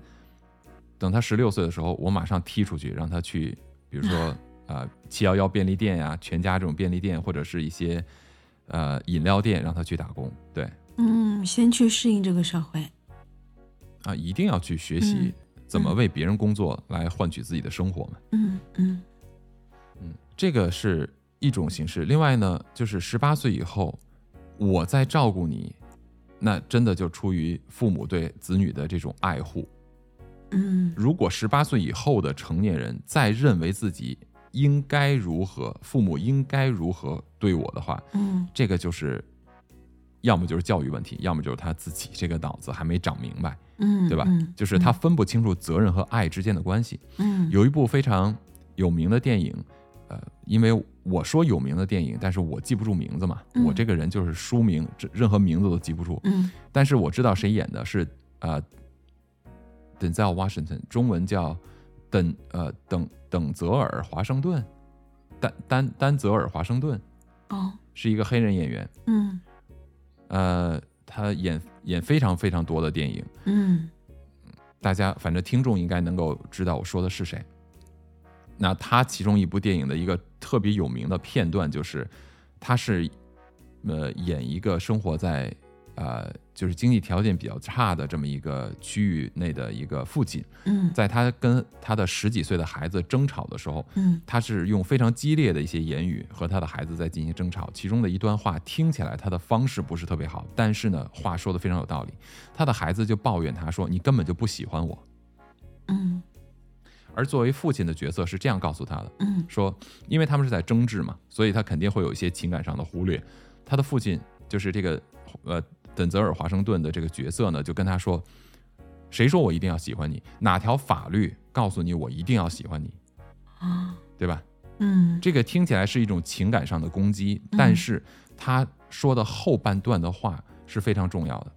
Speaker 1: 等他十六岁的时候，我马上踢出去，让他去，比如说啊七幺幺便利店呀、全家这种便利店，或者是一些呃饮料店，让他去打工。对
Speaker 2: 嗯，先去适应这个社会。
Speaker 1: 啊，一定要去学习怎么为别人工作来换取自己的生活嘛。
Speaker 2: 嗯嗯
Speaker 1: 这个是一种形式。另外呢，就是十八岁以后，我在照顾你，那真的就出于父母对子女的这种爱护。
Speaker 2: 嗯
Speaker 1: 如果十八岁以后的成年人再认为自己应该如何，父母应该如何对我的话，
Speaker 2: 嗯
Speaker 1: 这个就是，要么就是教育问题，要么就是他自己这个脑子还没长明白，
Speaker 2: 嗯，
Speaker 1: 对吧
Speaker 2: 嗯？
Speaker 1: 就是他分不清楚责任和爱之间的关系。
Speaker 2: 嗯
Speaker 1: 有一部非常有名的电影，呃，因为我说有名的电影，但是我记不住名字嘛，
Speaker 2: 嗯
Speaker 1: 我这个人就是书名，这任何名字都记不住，
Speaker 2: 嗯
Speaker 1: 但是我知道谁演的是呃，Denzel Washington，中文叫等呃等等泽尔华盛顿，丹丹丹泽尔华盛顿
Speaker 2: 哦
Speaker 1: 是一个黑人演员，
Speaker 2: 嗯
Speaker 1: 呃，他演演非常非常多的电影，
Speaker 2: 嗯
Speaker 1: 大家反正听众应该能够知道我说的是谁。那他其中一部电影的一个特别有名的片段就是，他是呃演一个生活在呃就是经济条件比较差的这么一个区域内的一个父亲，
Speaker 2: 嗯
Speaker 1: 在他跟他的十几岁的孩子争吵的时候，
Speaker 2: 嗯
Speaker 1: 他是用非常激烈的一些言语和他的孩子在进行争吵，其中的一段话听起来他的方式不是特别好，但是呢，话说的非常有道理。他的孩子就抱怨他说：“你根本就不喜欢我。
Speaker 2: 嗯”
Speaker 1: 而作为父亲的角色是这样告诉他的：
Speaker 2: 嗯
Speaker 1: 说，因为他们是在争执嘛，所以他肯定会有一些情感上的忽略。他的父亲就是这个呃等泽尔华盛顿的这个角色呢，就跟他说：“谁说我一定要喜欢你？哪条法律告诉你我一定要喜欢你？
Speaker 2: 啊
Speaker 1: 对吧？”
Speaker 2: 嗯
Speaker 1: 这个听起来是一种情感上的攻击，
Speaker 2: 嗯
Speaker 1: 但是他说的后半段的话是非常重要的，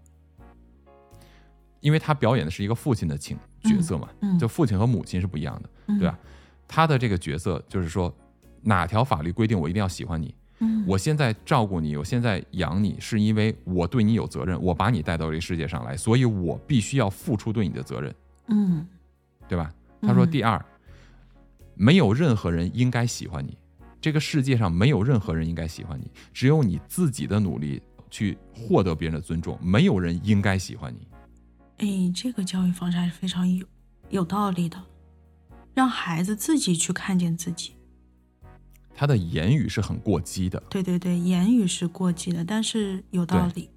Speaker 1: 因为他表演的是一个父亲的情角色嘛，
Speaker 2: 嗯
Speaker 1: 就父亲和母亲是不一样的，
Speaker 2: 嗯
Speaker 1: 对吧？他的这个角色就是说，哪条法律规定我一定要喜欢你？
Speaker 2: 嗯
Speaker 1: 我现在照顾你，我现在养你，是因为我对你有责任，我把你带到这个世界上来，所以我必须要付出对你的责任，
Speaker 2: 嗯
Speaker 1: 对吧？他说：“
Speaker 2: 嗯
Speaker 1: 第二，没有任何人应该喜欢你，这个世界上没有任何人应该喜欢你，只有你自己的努力去获得别人的尊重，没有人应该喜欢你。
Speaker 2: 哎，这个教育方式还是非常有有道理的，让孩子自己去看见自己。”
Speaker 1: 他的言语是很过激的，
Speaker 2: 对对对，言语是过激的，但是有道理。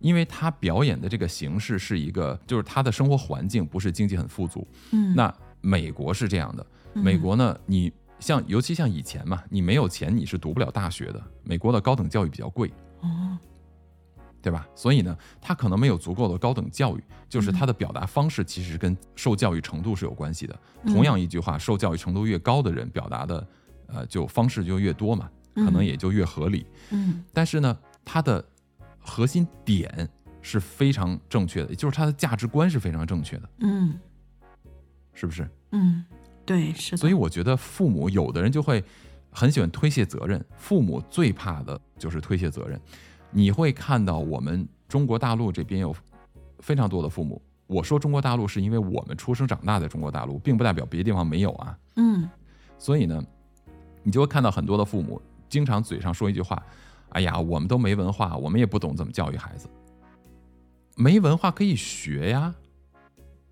Speaker 1: 因为他表演的这个形式是一个，就是他的生活环境不是经济很富足。
Speaker 2: 嗯，
Speaker 1: 那美国是这样的，美国呢，你像尤其像以前嘛，你没有钱你是读不了大学的，美国的高等教育比较贵。
Speaker 2: 哦，
Speaker 1: 对吧？所以呢，他可能没有足够的高等教育，就是他的表达方式其实跟受教育程度是有关系的。
Speaker 2: 嗯
Speaker 1: 同样一句话，受教育程度越高的人，表达的呃就方式就越多嘛，可能
Speaker 2: 嗯
Speaker 1: 也就越合理。
Speaker 2: 嗯
Speaker 1: 但是呢，他的核心点是非常正确的，也就是他的价值观是非常正确的，
Speaker 2: 嗯
Speaker 1: 是不是？
Speaker 2: 嗯，对，是的。
Speaker 1: 所以我觉得父母有的人就会很喜欢推卸责任，父母最怕的就是推卸责任。你会看到我们中国大陆这边有非常多的父母。我说中国大陆是因为我们出生长大在中国大陆，并不代表别的地方没有啊。
Speaker 2: 嗯
Speaker 1: 所以呢，你就会看到很多的父母经常嘴上说一句话：“哎呀，我们都没文化，我们也不懂怎么教育孩子。”没文化可以学呀，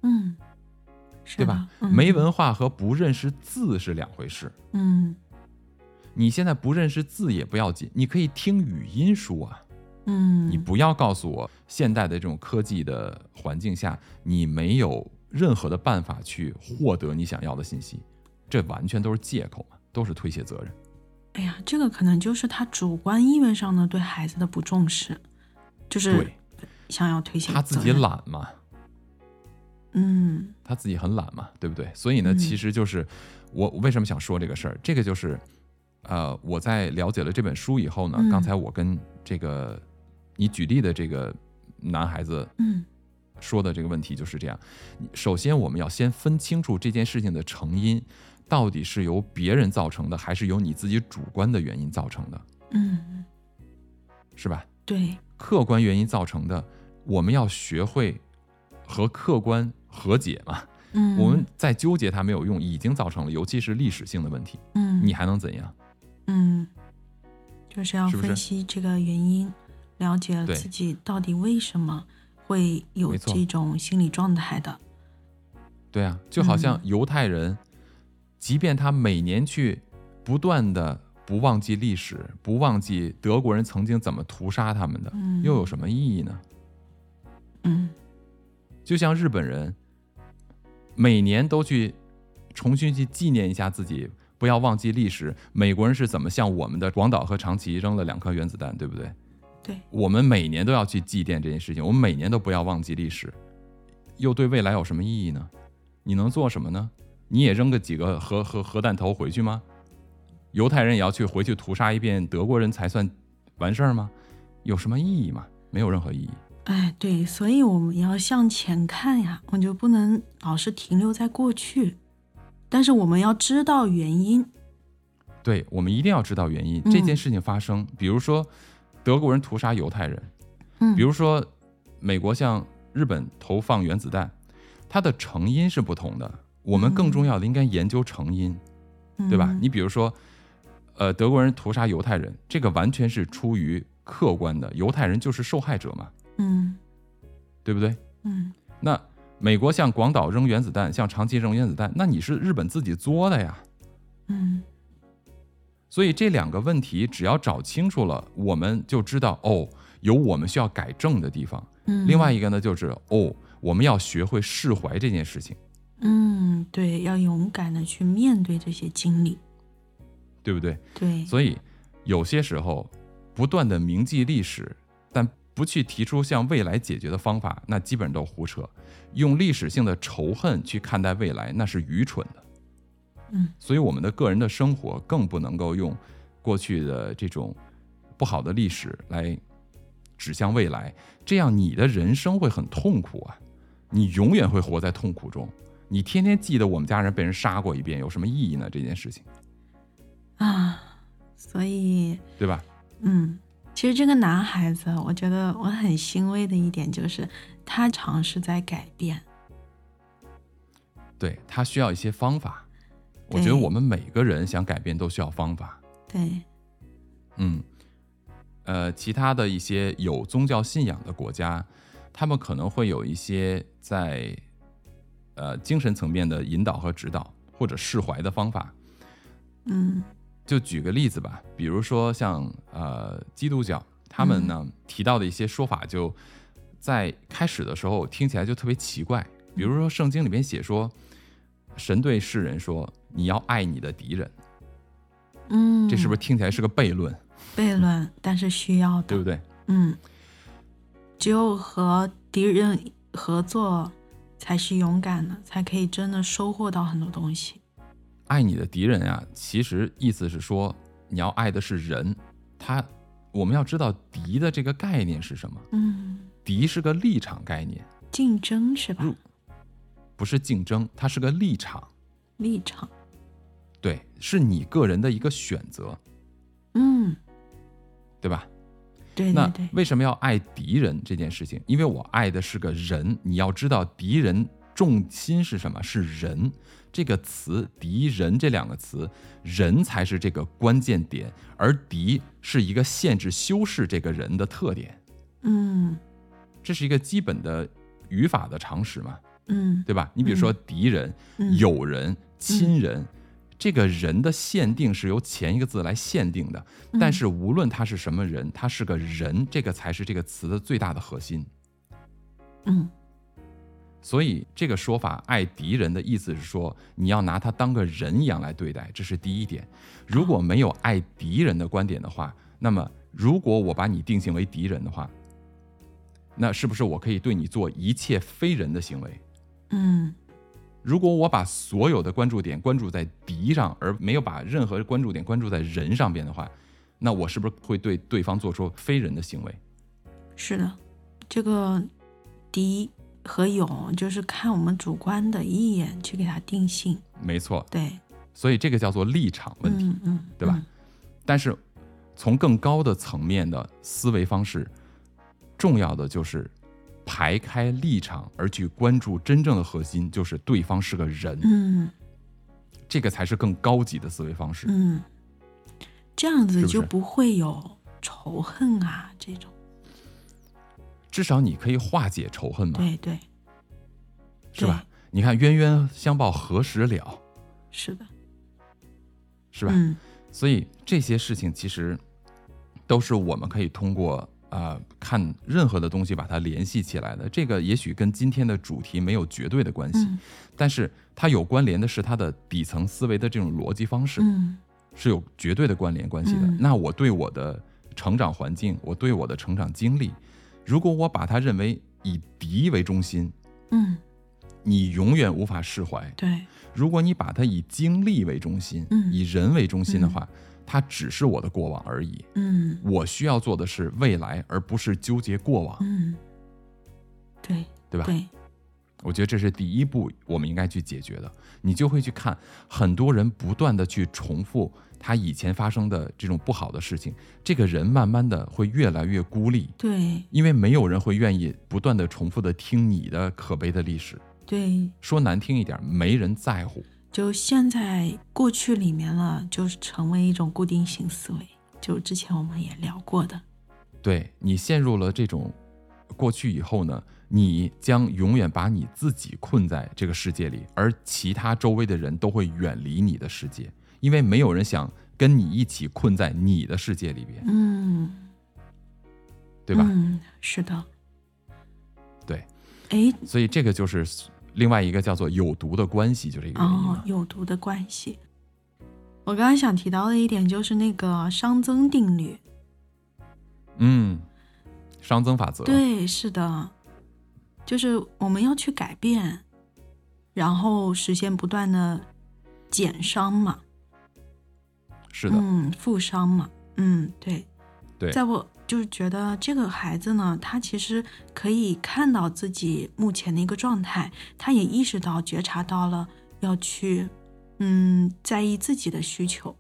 Speaker 2: 嗯，是
Speaker 1: 对
Speaker 2: 的
Speaker 1: 吧？
Speaker 2: 嗯、
Speaker 1: 没文化和不认识字是两回事。
Speaker 2: 嗯
Speaker 1: 你现在不认识字也不要紧，你可以听语音书啊。
Speaker 2: 嗯，
Speaker 1: 你不要告诉我，现代的这种科技的环境下，你没有任何的办法去获得你想要的信息，这完全都是借口嘛，都是推卸责任。
Speaker 2: 哎呀，这个可能就是他主观意愿上呢对孩子的不重视，就是
Speaker 1: 对
Speaker 2: 想要推卸
Speaker 1: 他自
Speaker 2: 责
Speaker 1: 己
Speaker 2: 任。
Speaker 1: 懒嘛，
Speaker 2: 嗯
Speaker 1: 他自己很懒嘛，对不对？所以呢，
Speaker 2: 嗯
Speaker 1: 其实就是我我为什么想说这个事儿，这个就是，呃，我在了解了这本书以后呢，
Speaker 2: 嗯
Speaker 1: 刚才我跟这个你举例的这个男孩子
Speaker 2: 嗯
Speaker 1: 说的这个问题就是这样。你首先，我们要先分清楚这件事情的成因，到底是由别人造成的，还是由你自己主观的原因造成的，
Speaker 2: 嗯
Speaker 1: 是吧？
Speaker 2: 对，
Speaker 1: 客观原因造成的，我们要学会和客观和解嘛。
Speaker 2: 嗯，
Speaker 1: 我们再纠结它没有用，已经造成了，尤其是历史性的问题，
Speaker 2: 嗯，
Speaker 1: 你还能怎样？
Speaker 2: 嗯，就是要
Speaker 1: 是不是
Speaker 2: 分析这个原因，了解
Speaker 1: 对
Speaker 2: 自己到底为什么会有
Speaker 1: 没错
Speaker 2: 这种心理状态的。
Speaker 1: 对啊，就好像
Speaker 2: 嗯
Speaker 1: 犹太人，即便他每年去不断的不忘记历史，不忘记德国人曾经怎么屠杀他们的，
Speaker 2: 嗯，
Speaker 1: 又有什么意义呢？
Speaker 2: 嗯
Speaker 1: 就像日本人，每年都去重新去纪念一下自己，不要忘记历史。美国人是怎么向我们的广岛和长崎扔了两颗原子弹，对不对？
Speaker 2: 对，
Speaker 1: 我们每年都要去祭奠这件事情，我们每年都不要忘记历史，又对未来有什么意义呢？你能做什么呢？你也扔个几个核核核弹头回去吗？犹太人也要去回去屠杀一遍德国人才算完事儿吗？有什么意义吗？没有任何意义。
Speaker 2: 哎，对，所以我们要向前看呀，我们就不能老是停留在过去，但是我们要知道原因。
Speaker 1: 对，我们一定要知道原因。
Speaker 2: 嗯
Speaker 1: 这件事情发生，比如说德国人屠杀犹太人，
Speaker 2: 嗯，
Speaker 1: 比如说美国向日本投放原子弹，它的成因是不同的。我们更重要的应该研究成因，对吧？
Speaker 2: 嗯
Speaker 1: 你比如说，呃，德国人屠杀犹太人，这个完全是出于客观的，犹太人就是受害者嘛，
Speaker 2: 嗯
Speaker 1: 对不对？
Speaker 2: 嗯
Speaker 1: 那美国向广岛扔原子弹，向长崎扔原子弹，那你是日本自己作的呀，
Speaker 2: 嗯
Speaker 1: 所以这两个问题只要找清楚了，我们就知道哦，有我们需要改正的地方。
Speaker 2: 嗯，
Speaker 1: 另外一个呢，就是哦，我们要学会释怀这件事情，
Speaker 2: 嗯，对，要勇敢的去面对这些经历。
Speaker 1: 对不对？
Speaker 2: 对，
Speaker 1: 所以有些时候，不断的铭记历史，但不去提出向未来解决的方法，那基本都胡扯。用历史性的仇恨去看待未来，那是愚蠢的。
Speaker 2: 嗯
Speaker 1: 所以我们的个人的生活更不能够用过去的这种不好的历史来指向未来，这样你的人生会很痛苦啊！你永远会活在痛苦中。你天天记得我们家人被人杀过一遍，有什么意义呢？这件事情，
Speaker 2: 啊，所以
Speaker 1: 对吧？
Speaker 2: 嗯，其实这个男孩子，我觉得我很欣慰的一点就是，他尝试在改变。
Speaker 1: 对他需要一些方法。我
Speaker 2: 对
Speaker 1: 觉得我们每个人想改变都需要方法。
Speaker 2: 对，
Speaker 1: 嗯，呃，其他的一些有宗教信仰的国家，他们可能会有一些在呃精神层面的引导和指导，或者释怀的方法。
Speaker 2: 嗯
Speaker 1: 就举个例子吧，比如说像呃基督教，他们呢、提到的一些说法，就在开始的时候听起来就特别奇怪。比如说圣经里面写说，神对世人说：“你要爱你的敌人。”
Speaker 2: 嗯，
Speaker 1: 这是不是听起来是个悖论，
Speaker 2: 悖论？但是需要的，
Speaker 1: 对不对？
Speaker 2: 嗯，只有和敌人合作才是勇敢的，才可以真的收获到很多东西。
Speaker 1: 爱你的敌人啊，其实意思是说你要爱的是人，他我们要知道敌的这个概念是什么，
Speaker 2: 嗯，
Speaker 1: 敌是个立场概念，
Speaker 2: 竞争是吧？
Speaker 1: 嗯不是竞争，它是个立场，
Speaker 2: 立场。
Speaker 1: 对，是你个人的一个选择，
Speaker 2: 嗯，
Speaker 1: 对吧？
Speaker 2: 对对
Speaker 1: 那
Speaker 2: 嗯对，
Speaker 1: 为什么要爱敌人这件事情？因为我爱的是个人，你要知道敌人重心是什么？是人这个词，敌人这两个词，人才是这个关键点，而敌是一个限制修饰这个人的特点，
Speaker 2: 嗯
Speaker 1: 这是一个基本的语法的常识嘛，
Speaker 2: 嗯
Speaker 1: 对吧？你比如说敌人、
Speaker 2: 嗯，
Speaker 1: 友人、亲人。这个人的限定是由前一个字来限定的，但
Speaker 2: 嗯
Speaker 1: 是无论他是什么人，他是个人，这个才是这个词的最大的核心。
Speaker 2: 嗯
Speaker 1: 所以这个说法“爱敌人”的意思是说，你要拿他当个人一样来对待，这是第一点。如果没有爱敌人的观点的话，那么如果我把你定性为敌人的话，那是不是我可以对你做一切非人的行为？
Speaker 2: 嗯
Speaker 1: 如果我把所有的关注点关注在敌上，而没有把任何关注点关注在人上边的话，那我是不是会对对方做出非人的行为？
Speaker 2: 是的，这个敌和友就是看我们主观的一眼去给它定性。
Speaker 1: 没错，
Speaker 2: 对，
Speaker 1: 所以这个叫做立场问题。
Speaker 2: 嗯嗯，
Speaker 1: 对吧
Speaker 2: 嗯？
Speaker 1: 但是从更高的层面的思维方式，重要的就是排开立场，而去关注真正的核心，就是对方是个人，
Speaker 2: 嗯
Speaker 1: 这个才是更高级的思维方式。
Speaker 2: 嗯，这样
Speaker 1: 是
Speaker 2: 子
Speaker 1: 不
Speaker 2: 就是不会有仇恨啊这种。
Speaker 1: 至少你可以化解仇恨嘛，
Speaker 2: 对对，
Speaker 1: 是吧？你看冤冤相报何时了，
Speaker 2: 是的，
Speaker 1: 是吧？
Speaker 2: 嗯
Speaker 1: 所以这些事情其实都是我们可以通过啊、呃看任何的东西把它联系起来的。这个也许跟今天的主题没有绝对的关系，
Speaker 2: 嗯
Speaker 1: 但是它有关联的是它的底层思维的这种逻辑方式、
Speaker 2: 嗯
Speaker 1: 是有绝对的关联关系的。
Speaker 2: 嗯
Speaker 1: 那我对我的成长环境，我对我的成长经历，如果我把它认为以敌为中心，
Speaker 2: 嗯，
Speaker 1: 你永远无法释怀。
Speaker 2: 对，
Speaker 1: 如果你把它以经历为中心，
Speaker 2: 嗯
Speaker 1: 以人为中心的话，它只是我的过往而已。
Speaker 2: 嗯
Speaker 1: 我需要做的是未来，而不是纠结过往，
Speaker 2: 嗯，对
Speaker 1: 对吧？
Speaker 2: 对，
Speaker 1: 我觉得这是第一步，我们应该去解决的。你就会去看很多人不断的去重复他以前发生的这种不好的事情，这个人慢慢的会越来越孤立，
Speaker 2: 对
Speaker 1: 因为没有人会愿意不断的重复的听你的可悲的历史。
Speaker 2: 对，
Speaker 1: 说难听一点，没人在乎。
Speaker 2: 就现在过去里面了，就是成为一种固定型思维，就之前我们也聊过的。
Speaker 1: 对你陷入了这种过去以后呢，你将永远把你自己困在这个世界里，而其他周围的人都会远离你的世界，因为没有人想跟你一起困在你的世界里边，
Speaker 2: 嗯，
Speaker 1: 对吧？
Speaker 2: 嗯，是的。
Speaker 1: 对，
Speaker 2: 哎，
Speaker 1: 所以这个就是另外一个叫做有毒的关系，就这个原因
Speaker 2: 哦
Speaker 1: 嘛，。
Speaker 2: 有毒的关系。我刚刚想提到的一点就是那个熵增定律。
Speaker 1: 嗯，熵增法则。
Speaker 2: 对，是的，就是我们要去改变，然后实现不断的减伤嘛，
Speaker 1: 是的，
Speaker 2: 嗯，负伤嘛，嗯，对，
Speaker 1: 对
Speaker 2: 在我就是觉得这个孩子呢，他其实可以看到自己目前的一个状态，他也意识到、觉察到了要去，嗯，在意自己的需求，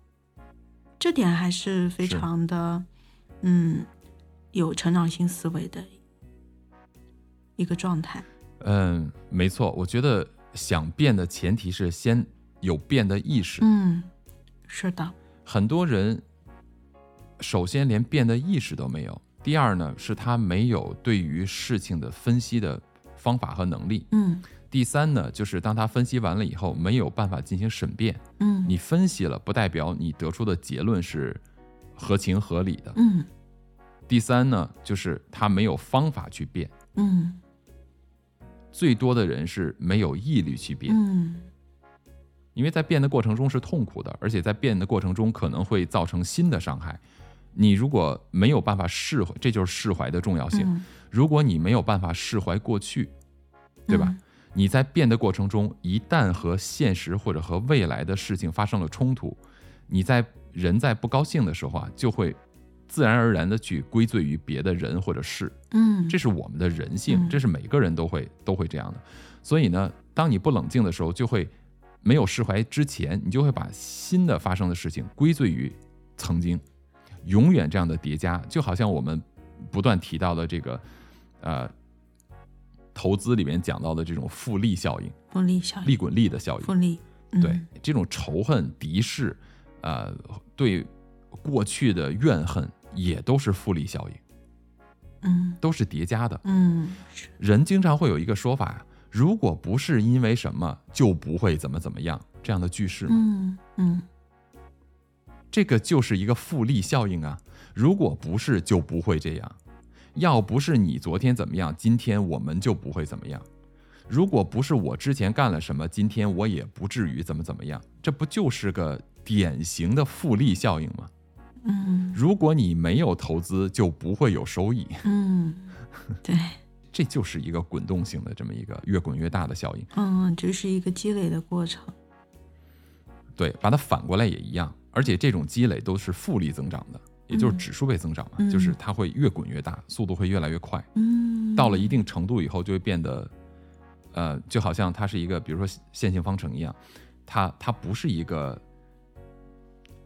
Speaker 2: 这点还是非
Speaker 1: 是
Speaker 2: 常的，嗯，有成长性思维的一个状态。
Speaker 1: 嗯，没错。我觉得想变的前提是先有变的意识。
Speaker 2: 嗯，是的，
Speaker 1: 很多人首先连变的意识都没有，第二呢是他没有对于事情的分析的方法和能力，
Speaker 2: 嗯
Speaker 1: 第三呢就是当他分析完了以后没有办法进行审辩。
Speaker 2: 嗯，
Speaker 1: 你分析了，不代表你得出的结论是合情合理的。
Speaker 2: 嗯
Speaker 1: 第三呢就是他没有方法去变，
Speaker 2: 嗯
Speaker 1: 最多的人是没有毅力去变，
Speaker 2: 嗯，
Speaker 1: 因为在变的过程中是痛苦的，而且在变的过程中可能会造成新的伤害。你如果没有办法释怀，这就是释怀的重要性。
Speaker 2: 嗯
Speaker 1: 如果你没有办法释怀过去，对吧？
Speaker 2: 嗯
Speaker 1: 你在变的过程中，一旦和现实或者和未来的事情发生了冲突，你在人在不高兴的时候啊，就会自然而然的去归罪于别的人或者事。
Speaker 2: 嗯，
Speaker 1: 这是我们的人性，
Speaker 2: 嗯
Speaker 1: 这是每个人都会都会这样的。所以呢，当你不冷静的时候，就会没有释怀之前，你就会把新的发生的事情归罪于曾经，永远这样的叠加，就好像我们不断提到的这个呃投资里面讲到的这种复利效应、
Speaker 2: 复利效应，
Speaker 1: 利滚利的效应
Speaker 2: 复。利，嗯、
Speaker 1: 对，这种仇恨、敌视，呃，对过去的怨恨，也都是复利效应，
Speaker 2: 嗯
Speaker 1: 都是叠加的。
Speaker 2: 嗯，是
Speaker 1: 人经常会有一个说法呀，如果不是因为什么，就不会怎么怎么样这样的句式嘛。
Speaker 2: 嗯嗯
Speaker 1: 这个就是一个复利效应啊。如果不是，就不会这样。要不是你昨天怎么样，今天我们就不会怎么样。如果不是我之前干了什么，今天我也不至于怎么怎么样。这不就是个典型的复利效应吗？
Speaker 2: 嗯
Speaker 1: 如果你没有投资，就不会有收益。
Speaker 2: 嗯，对，
Speaker 1: 这就是一个滚动性的这么一个越滚越大的效应。
Speaker 2: 嗯，这是一个积累的过程，
Speaker 1: 对，把它反过来也一样，而且这种积累都是复利增长的，也就是
Speaker 2: 嗯
Speaker 1: 指数倍增长嘛，
Speaker 2: 嗯
Speaker 1: 就是它会越滚越大，速度会越来越快，
Speaker 2: 嗯，
Speaker 1: 到了一定程度以后就会变得，呃，就好像它是一个，比如说线性方程一样，它它不是一个，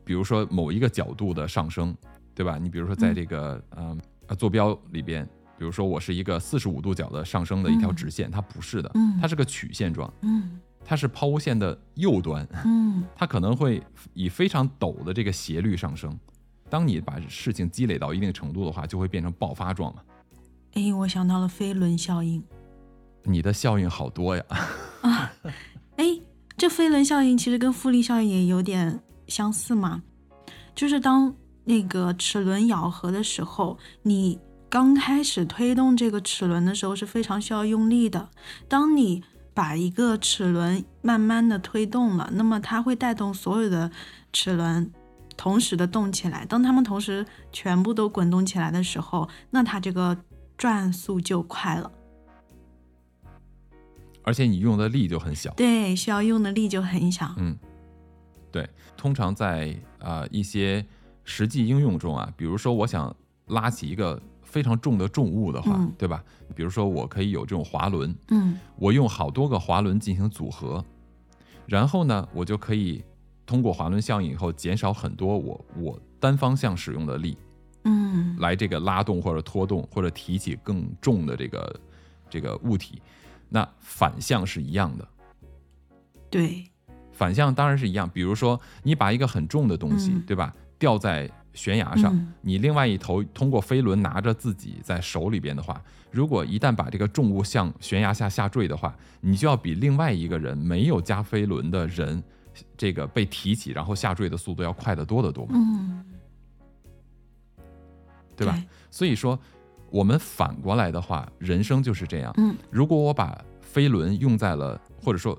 Speaker 1: 比如说某一个角度的上升，对吧？你比如说在这个嗯啊坐标里边，比如说我是一个四十五度角的上升的一条
Speaker 2: 嗯
Speaker 1: 直线，它不是的，
Speaker 2: 嗯
Speaker 1: 它是个曲线状，
Speaker 2: 嗯
Speaker 1: 它是抛物线的右端，
Speaker 2: 嗯
Speaker 1: 它可能会以非常陡的这个斜率上升。当你把事情积累到一定程度的话，就会变成爆发状嘛。
Speaker 2: 诶，我想到了飞轮效应。
Speaker 1: 你的效应好多呀，
Speaker 2: 哎，这飞轮效应其实跟复利效应也有点相似嘛，就是当那个齿轮咬合的时候，你刚开始推动这个齿轮的时候是非常需要用力的，当你把一个齿轮慢慢的推动了，那么它会带动所有的齿轮。同时的动起来，当它们同时全部都滚动起来的时候，那它这个转速就快了。
Speaker 1: 而且你用的力就很小。
Speaker 2: 对，需要用的力就很小。
Speaker 1: 嗯，对，通常在呃一些实际应用中啊，比如说我想拉起一个非常重的重物的话，
Speaker 2: 嗯
Speaker 1: 对吧？比如说我可以有这种滑轮，
Speaker 2: 嗯
Speaker 1: 我用好多个滑轮进行组合，然后呢，我就可以通过滑轮效应以后减少很多我我单方向使用的力，
Speaker 2: 嗯，
Speaker 1: 来这个拉动或者拖动或者提起更重的这个这个物体，那反向是一样的。
Speaker 2: 对，
Speaker 1: 反向当然是一样，比如说你把一个很重的东西，
Speaker 2: 嗯
Speaker 1: 对吧，吊在悬崖上，
Speaker 2: 嗯
Speaker 1: 你另外一头通过飞轮拿着自己在手里边的话，如果一旦把这个重物向悬崖下下坠的话，你就要比另外一个人没有加飞轮的人，这个被提起然后下坠的速度要快得多得多嘛，
Speaker 2: 嗯，
Speaker 1: 对吧？？所以说，我们反过来的话，人生就是这样。
Speaker 2: 嗯
Speaker 1: 如果我把飞轮用在了，或者说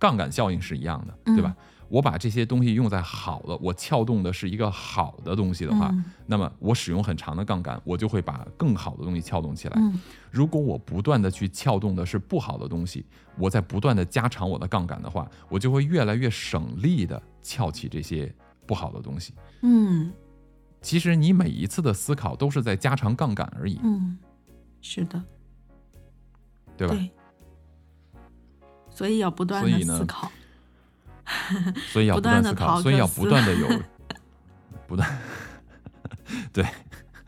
Speaker 1: 杠杆效应是一样的，对吧？我把这些东西用在好的，我撬动的是一个好的东西的话，
Speaker 2: 嗯
Speaker 1: 那么我使用很长的杠杆，我就会把更好的东西撬动起来。
Speaker 2: 嗯
Speaker 1: 如果我不断的去撬动的是不好的东西，我在不断的加长我的杠杆的话，我就会越来越省力的撬起这些不好的东西。
Speaker 2: 嗯
Speaker 1: 其实你每一次的思考都是在加长杠杆而已，
Speaker 2: 嗯，是的，
Speaker 1: 对吧？
Speaker 2: 对。所以要不断
Speaker 1: 所
Speaker 2: 的
Speaker 1: 以呢
Speaker 2: 思考，
Speaker 1: 所以要
Speaker 2: 不
Speaker 1: 不断
Speaker 2: 断地
Speaker 1: 思
Speaker 2: 逃
Speaker 1: 考，
Speaker 2: 课
Speaker 1: 所以要
Speaker 2: 思
Speaker 1: 不断的有不断，对，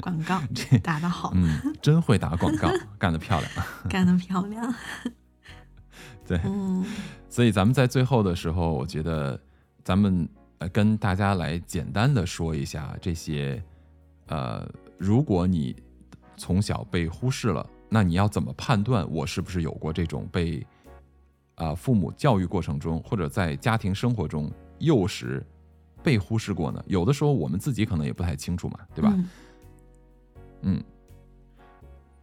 Speaker 2: 广告
Speaker 1: 这
Speaker 2: 打得好，
Speaker 1: 嗯，真会打广告，干得漂亮。
Speaker 2: 干得漂亮。
Speaker 1: 对，
Speaker 2: 嗯
Speaker 1: 所以咱们在最后的时候，我觉得咱们呃跟大家来简单的说一下这些，呃，如果你从小被忽视了，那你要怎么判断我是不是有过这种被啊、父母教育过程中或者在家庭生活中幼时被忽视过呢？有的时候我们自己可能也不太清楚嘛，对吧？
Speaker 2: 嗯
Speaker 1: 嗯，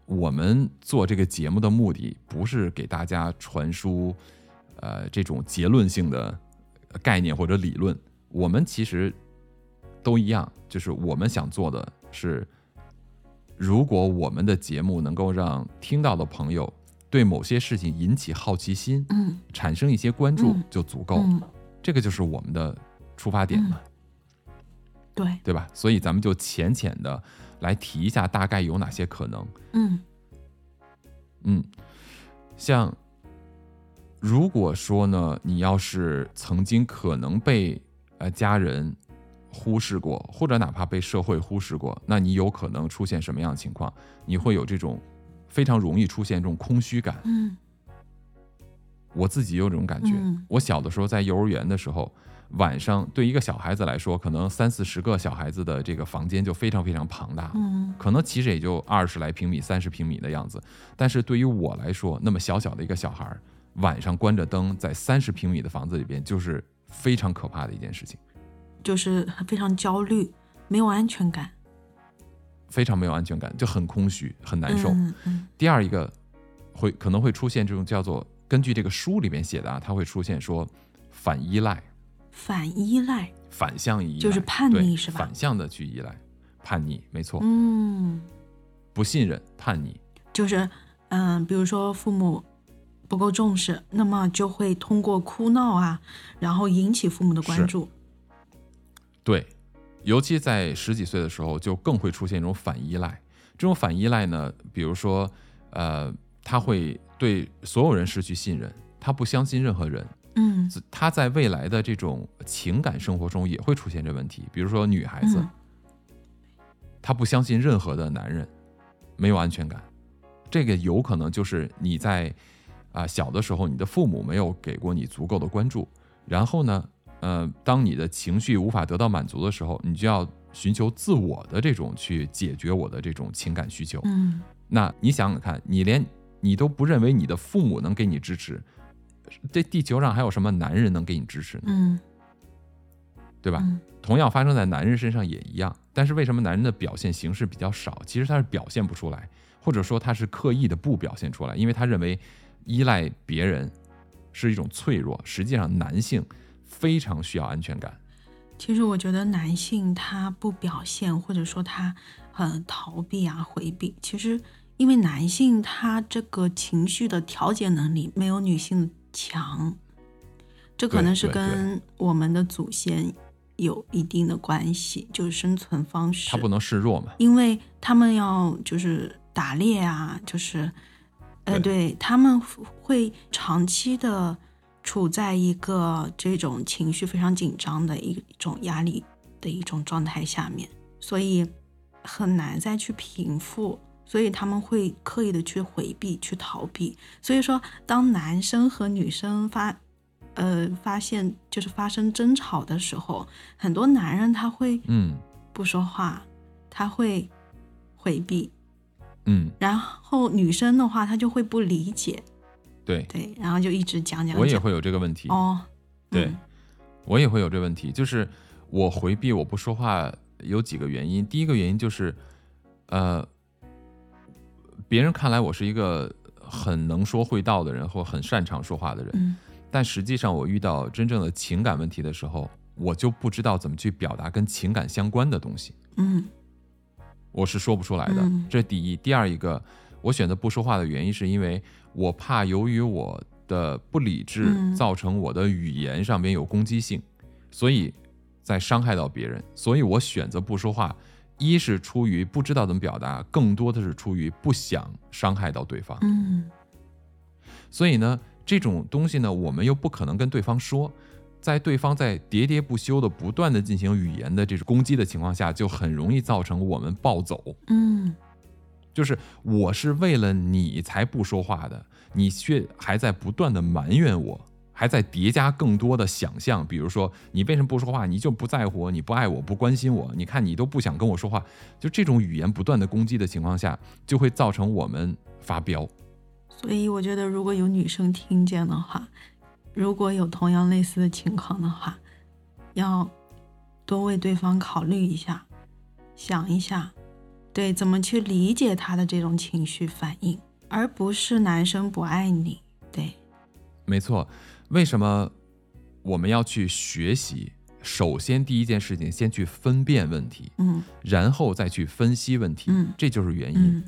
Speaker 1: 我们做这个节目的目的不是给大家传输呃这种结论性的概念或者理论，我们其实都一样，就是我们想做的是，如果我们的节目能够让听到的朋友对某些事情引起好奇心，
Speaker 2: 嗯
Speaker 1: 产生一些关注
Speaker 2: 嗯
Speaker 1: 就足够，
Speaker 2: 嗯，
Speaker 1: 这个就是我们的出发点嘛。
Speaker 2: 对，
Speaker 1: 对吧？所以咱们就浅浅的来提一下，大概有哪些可能。
Speaker 2: 嗯
Speaker 1: 嗯，像如果说呢，你要是曾经可能被呃家人忽视过，或者哪怕被社会忽视过，那你有可能出现什么样的情况？你会有这种非常容易出现这种空虚感。
Speaker 2: 嗯
Speaker 1: 我自己有这种感觉。
Speaker 2: 嗯
Speaker 1: 我小的时候在幼儿园的时候，晚上对一个小孩子来说，可能三四十个小孩子的这个房间就非常非常庞大了。
Speaker 2: 嗯
Speaker 1: 可能其实也就二十来平米、三十平米的样子，但是对于我来说，那么小小的一个小孩儿，晚上关着灯在三十平米的房子里边，就是非常可怕的一件事情，
Speaker 2: 就是非常焦虑，没有安全感，
Speaker 1: 非常没有安全感，就很空虚、很难受。
Speaker 2: 嗯嗯
Speaker 1: 第二一个会可能会出现这种叫做，根据这个书里面写的啊，它会出现说反依赖、
Speaker 2: 反依赖，
Speaker 1: 反向依赖，
Speaker 2: 就是叛逆
Speaker 1: 对
Speaker 2: 是吧
Speaker 1: 反向的去依赖，叛逆，没错，
Speaker 2: 嗯，
Speaker 1: 不信任、叛逆，
Speaker 2: 就是嗯、比如说父母不够重视，那么就会通过哭闹啊，然后引起父母的关
Speaker 1: 是
Speaker 2: 注。
Speaker 1: 对，尤其在十几岁的时候，就更会出现一种反依赖。这种反依赖呢，比如说，呃，他会对所有人失去信任，他不相信任何人，
Speaker 2: 嗯
Speaker 1: 自他在未来的这种情感生活中也会出现这问题。比如说女孩子，
Speaker 2: 嗯
Speaker 1: 她不相信任何的男人，没有安全感。这个有可能就是你在啊、小的时候，你的父母没有给过你足够的关注，然后呢，呃，当你的情绪无法得到满足的时候，你就要寻求自我的这种去解决我的这种情感需求。
Speaker 2: 嗯
Speaker 1: 那你想想看，你连你都不认为你的父母能给你支持，这地球上还有什么男人能给你支持呢？
Speaker 2: 嗯
Speaker 1: 对吧？
Speaker 2: 嗯
Speaker 1: 同样发生在男人身上也一样，但是为什么男人的表现形式比较少？其实他是表现不出来，或者说他是刻意的不表现出来，因为他认为依赖别人是一种脆弱。实际上，男性非常需要安全感。
Speaker 2: 其实我觉得男性他不表现，或者说他很逃避啊、回避，其实因为男性他这个情绪的调节能力没有女性强，这可
Speaker 1: 对
Speaker 2: 能是
Speaker 1: 对
Speaker 2: 跟我们的祖先有一定的关系，就是生存方式。
Speaker 1: 他不能示弱嘛？
Speaker 2: 因为他们要就是打猎啊，就是，呃，
Speaker 1: 对
Speaker 2: 对他们会长期的处在一个这种情绪非常紧张的一种压力的一种状态下面，所以很难再去平复，所以他们会刻意的去回避、去逃避。所以说，当男生和女生发，呃，发现就是发生争吵的时候，很多男人他会
Speaker 1: 嗯
Speaker 2: 不说话，他会回避；
Speaker 1: 嗯，
Speaker 2: 然后女生的话，她就会不理解，
Speaker 1: 对，
Speaker 2: 对，然后就一直讲讲讲。
Speaker 1: 我也会有这个问题。
Speaker 2: 哦，
Speaker 1: 对
Speaker 2: 嗯
Speaker 1: 我也会有这问题，就是我回避我不说话有几个原因。第一个原因就是，呃，别人看来我是一个很能说会道的人，或很擅长说话的人，
Speaker 2: 嗯
Speaker 1: 但实际上我遇到真正的情感问题的时候，我就不知道怎么去表达跟情感相关的东西，
Speaker 2: 嗯
Speaker 1: 我是说不出来的
Speaker 2: 嗯。
Speaker 1: 这是第一，第二一个，我选择不说话的原因是因为我怕由于我的不理智
Speaker 2: 嗯
Speaker 1: 造成我的语言上面有攻击性，所以在伤害到别人，所以我选择不说话。一是出于不知道怎么表达，更多的是出于不想伤害到对方。
Speaker 2: 嗯
Speaker 1: 所以呢，这种东西呢，我们又不可能跟对方说，在对方在喋喋不休的不断的进行语言的这种攻击的情况下，就很容易造成我们暴走。
Speaker 2: 嗯
Speaker 1: 就是我是为了你才不说话的，你却还在不断的埋怨我，还在叠加更多的想象，比如说你为什么不说话？你就不在乎我，你不爱我，不关心我，你看你都不想跟我说话，就这种语言不断的攻击的情况下，就会造成我们发飙。
Speaker 2: 所以我觉得，如果有女生听见的话，如果有同样类似的情况的话，要多为对方考虑一下，想一下，对怎么去理解他的这种情绪反应，而不是男生不爱你。对，
Speaker 1: 没错，为什么我们要去学习？首先，第一件事情，先去分辨问题，
Speaker 2: 嗯
Speaker 1: 然后再去分析问题，
Speaker 2: 嗯
Speaker 1: 这就是原因，
Speaker 2: 嗯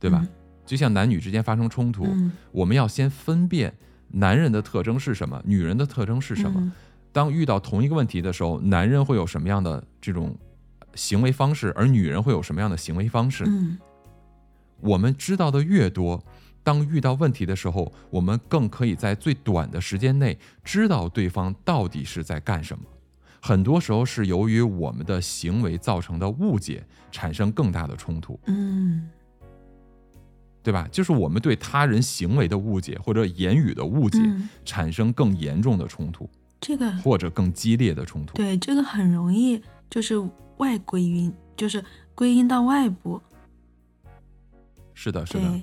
Speaker 1: 对吧？
Speaker 2: 嗯
Speaker 1: 就像男女之间发生冲突，
Speaker 2: 嗯，
Speaker 1: 我们要先分辨男人的特征是什么，女人的特征是什么。
Speaker 2: 嗯
Speaker 1: 当遇到同一个问题的时候，男人会有什么样的这种行为方式，而女人会有什么样的行为方式？
Speaker 2: 嗯
Speaker 1: 我们知道的越多，当遇到问题的时候，我们更可以在最短的时间内知道对方到底是在干什么。很多时候是由于我们的行为造成的误解，产生更大的冲突，
Speaker 2: 嗯
Speaker 1: 对吧？就是我们对他人行为的误解或者言语的误解，
Speaker 2: 嗯，
Speaker 1: 产生更严重的冲突
Speaker 2: 这个
Speaker 1: 或者更激烈的冲突。
Speaker 2: 对这个很容易就是外归因，就是归因到外部。
Speaker 1: 是的，是的
Speaker 2: 对，，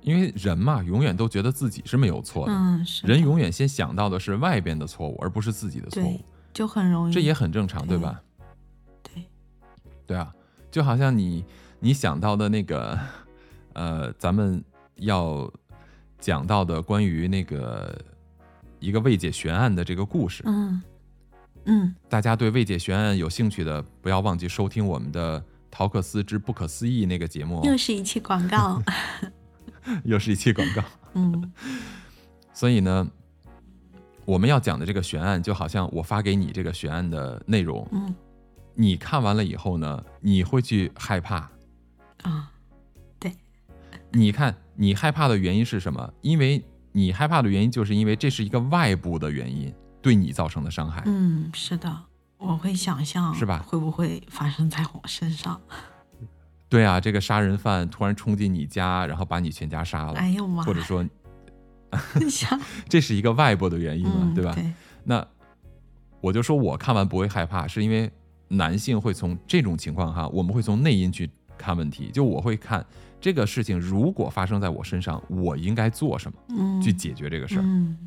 Speaker 1: 因为人嘛，永远都觉得自己是没有错的，
Speaker 2: 嗯，是
Speaker 1: 人
Speaker 2: 的
Speaker 1: 永远先想到的是外边的错误，而不是自己的错误
Speaker 2: 对。嗯就很容易，
Speaker 1: 这也很正常，对吧？
Speaker 2: 对，
Speaker 1: 对啊，就好像你你想到的那个，呃，咱们要讲到的关于那个一个未解悬案的这个故事，
Speaker 2: 嗯嗯
Speaker 1: 大家对未解悬案有兴趣的，不要忘记收听我们的《陶克斯之不可思议》那个节目哦，
Speaker 2: 又是一期广 告，
Speaker 1: 又是一期广 告。
Speaker 2: 嗯
Speaker 1: 所以呢，我们要讲的这个悬案，就好像我发给你这个悬案的内容，
Speaker 2: 嗯
Speaker 1: 你看完了以后呢，你会去害怕，
Speaker 2: 啊，
Speaker 1: 你看，你害怕的原因是什么？因为你
Speaker 2: 哎
Speaker 1: 害怕的原因，就是因为这是一个外部的原因对你造成的伤害。
Speaker 2: 嗯，是的，我会想象
Speaker 1: 是吧
Speaker 2: 会不会发生在我身上？
Speaker 1: 对啊，这个杀人犯突然冲进你家，然后把你全家杀了，
Speaker 2: 哎呦妈！
Speaker 1: 或者说
Speaker 2: 你想，
Speaker 1: 这 是一个外部的原因嘛，
Speaker 2: 嗯，
Speaker 1: 对吧？
Speaker 2: 对，
Speaker 1: 那我就说我看完不会害怕，是因为男性会从这种情况哈，我们会从内因去看问题，就我会看这个事情如果发生在我身上，我应该做什么
Speaker 2: 嗯，
Speaker 1: 去解决这个事儿，
Speaker 2: 嗯，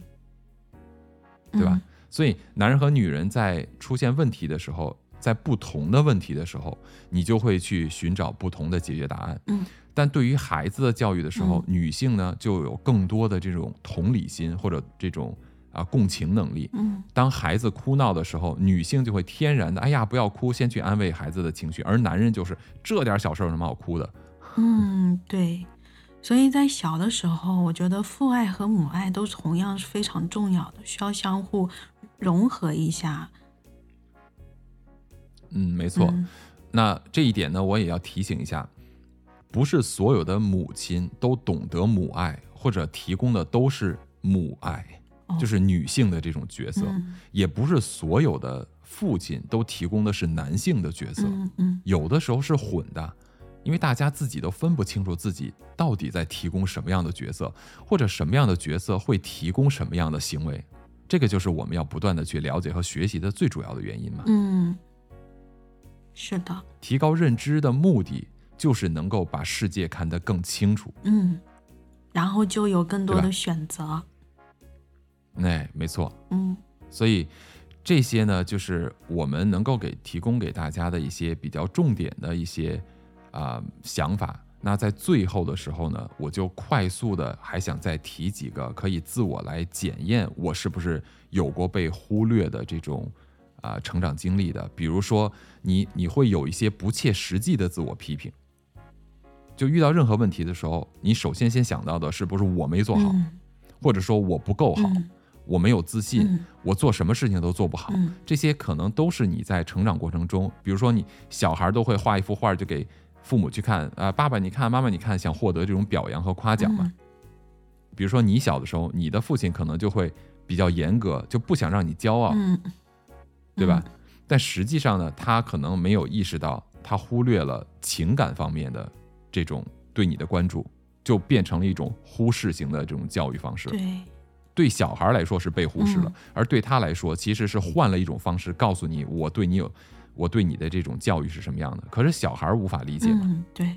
Speaker 1: 对吧？所以男人和女人在出现问题的时候，在不同的问题的时候，你就会去寻找不同的解决答案。
Speaker 2: 嗯，
Speaker 1: 但对于孩子的教育的时候，女性呢就有更多的这种同理心或者这种啊共情能力。
Speaker 2: 嗯？
Speaker 1: 当孩子哭闹的时候，女性就会天然的，哎呀，不要哭，先去安慰孩子的情绪，而男人就是这点小事有什么好哭的？
Speaker 2: 嗯嗯，对。所以在小的时候，我觉得父爱和母爱都同样是非常重要的，需要相互融合一下。
Speaker 1: 嗯，没错。
Speaker 2: 嗯
Speaker 1: 那这一点呢，我也要提醒一下，不是所有的母亲都懂得母爱，或者提供的都是母爱，
Speaker 2: 哦
Speaker 1: 就是女性的这种角色，
Speaker 2: 嗯
Speaker 1: 也不是所有的父亲都提供的是男性的角色，
Speaker 2: 嗯嗯
Speaker 1: 有的时候是混的。因为大家自己都分不清楚自己到底在提供什么样的角色，或者什么样的角色会提供什么样的行为，这个就是我们要不断的去了解和学习的最主要的原因嘛。
Speaker 2: 嗯，是的，
Speaker 1: 提高认知的目的就是能够把世界看得更清楚。
Speaker 2: 嗯，然后就有更多
Speaker 1: 对吧
Speaker 2: 的选择。
Speaker 1: 哎，没错。
Speaker 2: 嗯
Speaker 1: 所以这些呢，就是我们能够给提供给大家的一些比较重点的一些啊、想法。那在最后的时候呢，我就快速的还想再提几个可以自我来检验我是不是有过被忽略的这种啊、成长经历的。比如说你你会有一些不切实际的自我批评，就遇到任何问题的时候，你首先先想到的是不是我没做好，
Speaker 2: 嗯
Speaker 1: 或者说我不够好，
Speaker 2: 嗯
Speaker 1: 我没有自信，
Speaker 2: 嗯
Speaker 1: 我做什么事情都做不好，
Speaker 2: 嗯
Speaker 1: 这些可能都是你在成长过程中，比如说你小孩都会画一幅画就给父母去看，啊、爸爸你看，妈妈你看，想获得这种表扬和夸奖嘛。
Speaker 2: 嗯
Speaker 1: 比如说你小的时候，你的父亲可能就会比较严格，就不想让你骄傲，
Speaker 2: 嗯，
Speaker 1: 啊对吧？但实际上呢，他可能没有意识到，他忽略了情感方面的这种对你的关注，就变成了一种忽视型的这种教育方式。
Speaker 2: 对，
Speaker 1: 对小孩来说是被忽视了，
Speaker 2: 嗯
Speaker 1: 而对他来说其实是换了一种方式告诉你我对你有我对你的这种教育是什么样的。可是小孩无法理解嘛，
Speaker 2: 嗯对，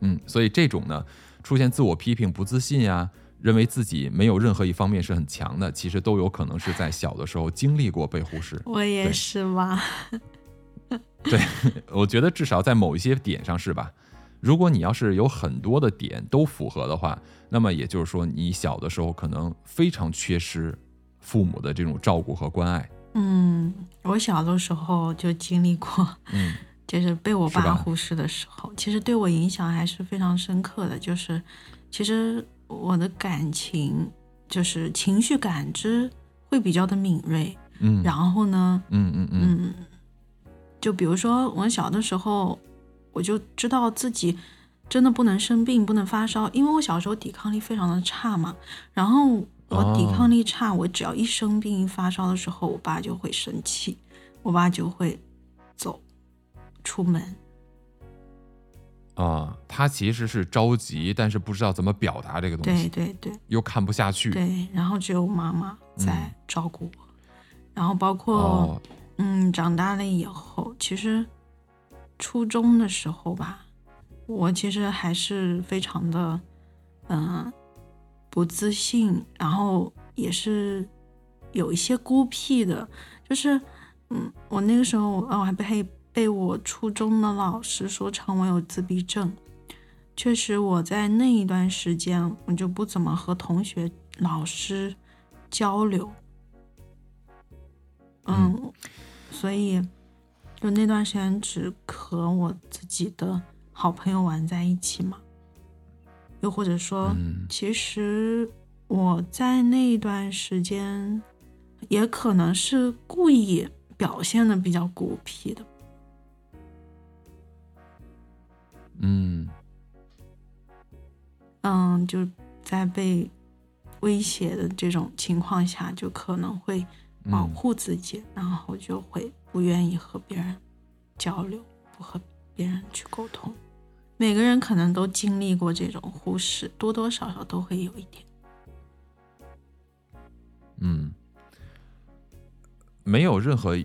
Speaker 1: 嗯所以这种呢出现自我批评、不自信啊，认为自己没有任何一方面是很强的，其实都有可能是在小的时候经历过被忽视。
Speaker 2: 我也
Speaker 1: 对
Speaker 2: 是吧。
Speaker 1: 对，我觉得至少在某一些点上是吧？如果你要是有很多的点都符合的话，那么也就是说，你小的时候可能非常缺失父母的这种照顾和关爱。
Speaker 2: 嗯，我小的时候就经历过，
Speaker 1: 嗯，
Speaker 2: 就是被我
Speaker 1: 是吧
Speaker 2: 爸忽视的时候，其实对我影响还是非常深刻的。就是，其实我的感情，就是情绪感知会比较的敏锐。
Speaker 1: 嗯
Speaker 2: 然后呢，
Speaker 1: 嗯嗯嗯
Speaker 2: 嗯，就比如说我小的时候，我就知道自己真的不能生病，不能发烧，因为我小时候抵抗力非常的差嘛。然后我抵抗力差，我只要一生病、一发烧的时候，我爸就会生气，我爸就会走出门。
Speaker 1: 啊，他其实是着急，但是不知道怎么表达这个东
Speaker 2: 对
Speaker 1: 西，
Speaker 2: 对对
Speaker 1: 又看不下去。
Speaker 2: 对，然后只有妈妈在照顾我，然后包括、
Speaker 1: 哦，
Speaker 2: 嗯，长大了以后，其实初中的时候吧，我其实还是非常的，嗯、不自信，然后也是有一些孤僻的，就是，嗯，我那个时候，哦，我还被被我初中的老师说成我有自闭症。确实，我在那一段时间，我就不怎么和同学、老师交流。
Speaker 1: 嗯
Speaker 2: 嗯，所以就那段时间只和我自己的好朋友玩在一起嘛。又或者说，
Speaker 1: 嗯
Speaker 2: 其实我在那一段时间，也可能是故意表现的比较孤僻的。
Speaker 1: 嗯
Speaker 2: 嗯，就在被威胁的这种情况下，就可能会保
Speaker 1: 嗯
Speaker 2: 护自己，然后就会不愿意和别人交流，不和别人去沟通。每个人可能都经历过这种忽视，多多少少都会有一点。
Speaker 1: 嗯，没有任何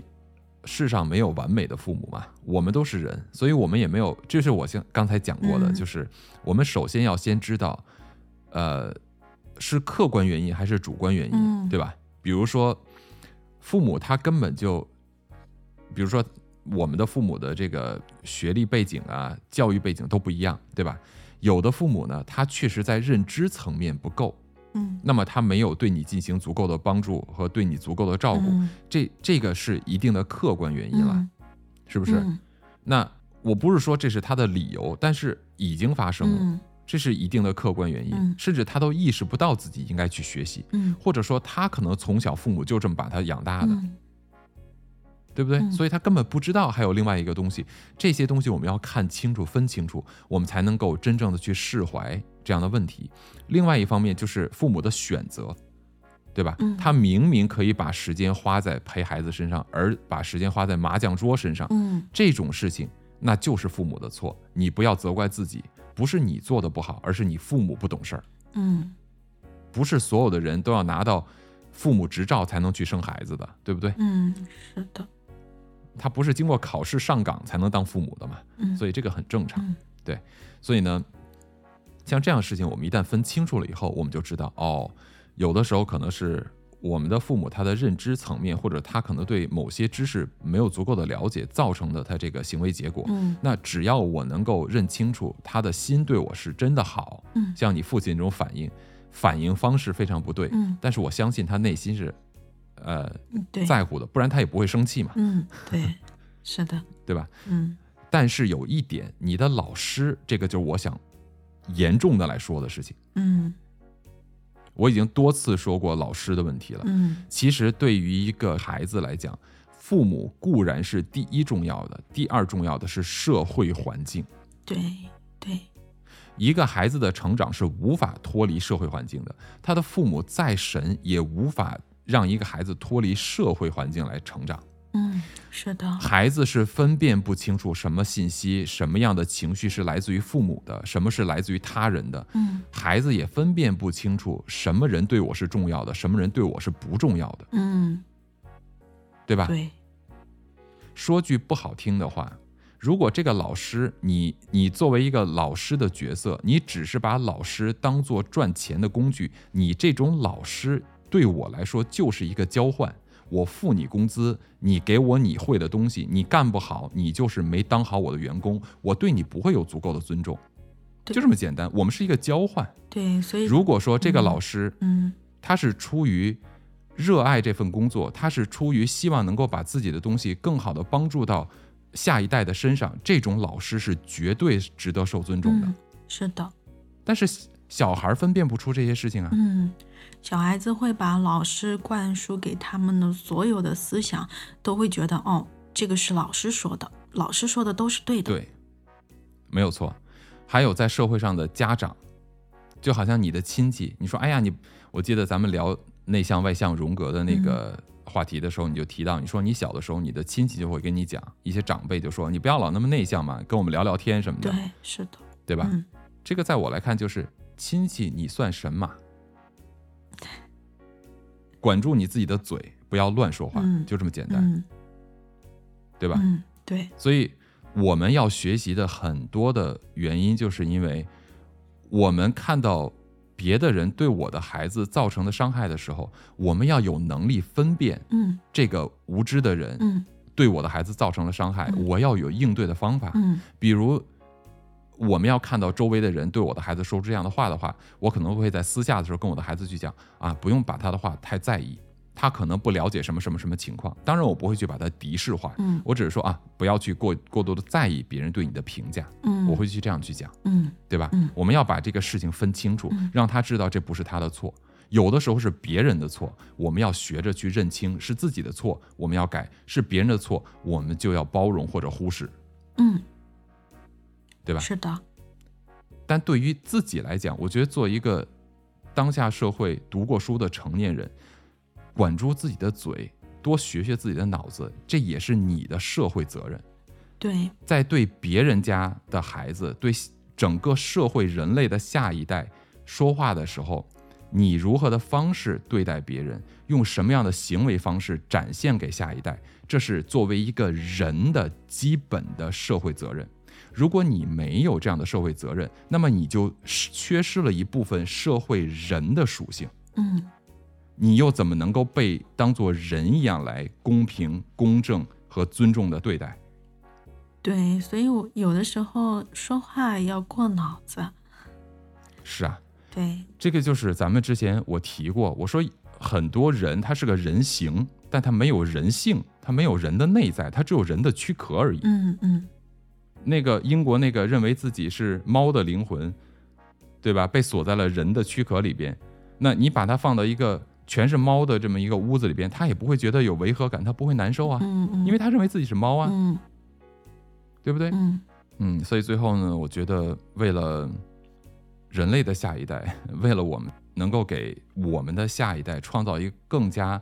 Speaker 1: 世上没有完美的父母嘛，我们都是人，所以我们也没有，这是我像刚才讲过的，
Speaker 2: 嗯
Speaker 1: 就是我们首先要先知道，呃，是客观原因还是主观原因，
Speaker 2: 嗯
Speaker 1: 对吧？比如说，父母他根本就，比如说我们的父母的这个学历背景啊、教育背景都不一样，对吧？有的父母呢，他确实在认知层面不够，
Speaker 2: 嗯，
Speaker 1: 那么他没有对你进行足够的帮助和对你足够的照顾，
Speaker 2: 嗯
Speaker 1: 这这个是一定的客观原因了，
Speaker 2: 嗯
Speaker 1: 是不是？
Speaker 2: 嗯
Speaker 1: 那我不是说这是他的理由，但是已经发生了，
Speaker 2: 嗯
Speaker 1: 这是一定的客观原因，
Speaker 2: 嗯
Speaker 1: 甚至他都意识不到自己应该去学习，
Speaker 2: 嗯
Speaker 1: 或者说他可能从小父母就这么把他养大的，
Speaker 2: 嗯
Speaker 1: 对不对？
Speaker 2: 嗯
Speaker 1: 所以他根本不知道还有另外一个东西，这些东西我们要看清楚、分清楚，我们才能够真正的去释怀这样的问题。另外一方面就是父母的选择，对吧？
Speaker 2: 嗯
Speaker 1: 他明明可以把时间花在陪孩子身上，而把时间花在麻将桌身上，
Speaker 2: 嗯
Speaker 1: 这种事情那就是父母的错，你不要责怪自己，不是你做的不好，而是你父母不懂事儿。
Speaker 2: 嗯
Speaker 1: 不是所有的人都要拿到父母执照才能去生孩子的，对不对？
Speaker 2: 嗯，是的，
Speaker 1: 他不是经过考试上岗才能当父母的嘛，
Speaker 2: 嗯，
Speaker 1: 所以这个很正常
Speaker 2: 嗯。
Speaker 1: 对，所以呢，像这样的事情，我们一旦分清楚了以后，我们就知道哦，有的时候可能是我们的父母他的认知层面，或者他可能对某些知识没有足够的了解，造成的他这个行为结果。
Speaker 2: 嗯
Speaker 1: 那只要我能够认清楚他的心对我是真的好，
Speaker 2: 嗯
Speaker 1: 像你父亲这种反应，反应方式非常不对，
Speaker 2: 嗯
Speaker 1: 但是我相信他内心是，呃，
Speaker 2: 嗯对，
Speaker 1: 在乎的，不然他也不会生气嘛，
Speaker 2: 嗯对，是的，
Speaker 1: 对吧？
Speaker 2: 嗯
Speaker 1: 但是有一点，你的老师，这个就是我想严重的来说的事情。
Speaker 2: 嗯
Speaker 1: 我已经多次说过老师的问题了。
Speaker 2: 嗯
Speaker 1: 其实对于一个孩子来讲，父母固然是第一重要的，第二重要的是社会环境。
Speaker 2: 对对，
Speaker 1: 一个孩子的成长是无法脱离社会环境的，他的父母再神也无法让一个孩子脱离社会环境来成长。
Speaker 2: 嗯是的，
Speaker 1: 孩子是分辨不清楚什么信息、什么样的情绪是来自于父母的，什么是来自于他人的。
Speaker 2: 嗯
Speaker 1: 孩子也分辨不清楚什么人对我是重要的，什么人对我是不重要的，
Speaker 2: 嗯
Speaker 1: 对吧？
Speaker 2: 对，
Speaker 1: 说句不好听的话，如果这个老师，你你作为一个老师的角色，你只是把老师当做赚钱的工具，你这种老师对我来说就是一个交换。我付你工资，你给我你会的东西，你干不好，你就是没当好我的员工，我对你不会有足够的尊重，
Speaker 2: 对
Speaker 1: 就这么简单。我们是一个交换。
Speaker 2: 对，所以
Speaker 1: 如果说这个老师，
Speaker 2: 嗯
Speaker 1: 他是出于热爱这份工作，他是出于希望能够把自己的东西更好的帮助到下一代的身上，这种老师是绝对值得受尊重的。
Speaker 2: 嗯是的，
Speaker 1: 但是小孩分辨不出这些事情啊，
Speaker 2: 嗯，小孩子会把老师灌输给他们的所有的思想，都会觉得哦，这个是老师说的，老师说的都是对的。
Speaker 1: 对，没有错。还有在社会上的家长，就好像你的亲戚，你说，哎呀，你，我记得咱们聊内向外向荣格的那
Speaker 2: 嗯
Speaker 1: 个话题的时候，你就提到，你说你小的时候，你的亲戚就会跟你讲，一些长辈就说，你不要老那么内向嘛，跟我们聊聊天什么的，
Speaker 2: 对，是的，
Speaker 1: 对吧？
Speaker 2: 嗯
Speaker 1: 这个在我来看就是亲戚，你算神马？管住你自己的嘴，不要乱说话，
Speaker 2: 嗯
Speaker 1: 就这么简单，
Speaker 2: 嗯
Speaker 1: 对吧？
Speaker 2: 嗯，对，
Speaker 1: 所以我们要学习的很多的原因，就是因为我们看到别的人对我的孩子造成的伤害的时候，我们要有能力分辨
Speaker 2: 嗯
Speaker 1: 这个无知的人
Speaker 2: 嗯
Speaker 1: 对我的孩子造成了伤害，
Speaker 2: 嗯
Speaker 1: 我要有应对的方法。
Speaker 2: 嗯
Speaker 1: 比如，我们要看到周围的人对我的孩子说出这样的话的话，我可能会在私下的时候跟我的孩子去讲啊，不用把他的话太在意，他可能不了解什么什么什么情况。当然，我不会去把他敌视化，
Speaker 2: 嗯
Speaker 1: 我只是说啊，不要去过过多的在意别人对你的评价，
Speaker 2: 嗯，
Speaker 1: 我会去这样去讲，
Speaker 2: 嗯
Speaker 1: 对吧
Speaker 2: 嗯？
Speaker 1: 我们要把这个事情分清楚
Speaker 2: 嗯，
Speaker 1: 让他知道这不是他的错。有的时候是别人的错，我们要学着去认清是自己的错，我们要改；是别人的错，我们就要包容或者忽视，
Speaker 2: 嗯，
Speaker 1: 对吧？
Speaker 2: 是的，
Speaker 1: 但对于自己来讲，我觉得做一个当下社会读过书的成年人，管住自己的嘴，多学学自己的脑子，这也是你的社会责任。
Speaker 2: 对，
Speaker 1: 在对别人家的孩子、对整个社会人类的下一代说话的时候，你如何的方式对待别人，用什么样的行为方式展现给下一代，这是作为一个人的基本的社会责任。如果你没有这样的社会责任，那么你就失缺失了一部分社会人的属性。
Speaker 2: 嗯，
Speaker 1: 你又怎么能够被当做人一样来公平、公正和尊重的对待？
Speaker 2: 对，所以我有的时候说话要过脑子。
Speaker 1: 是啊，
Speaker 2: 对，
Speaker 1: 这个就是咱们之前我提过，我说很多人他是个人形，但他没有人性，他没有人的内在，他只有人的躯壳而已。
Speaker 2: 嗯嗯，
Speaker 1: 那个英国那个认为自己是猫的灵魂，对吧？被锁在了人的躯壳里边。那你把它放到一个全是猫的这么一个屋子里边，它也不会觉得有违和感，它不会难受啊，
Speaker 2: 嗯嗯，
Speaker 1: 因为它认为自己是猫啊，
Speaker 2: 嗯
Speaker 1: 对不对？
Speaker 2: 嗯
Speaker 1: 嗯，所以最后呢，我觉得为了人类的下一代，为了我们能够给我们的下一代创造一个更加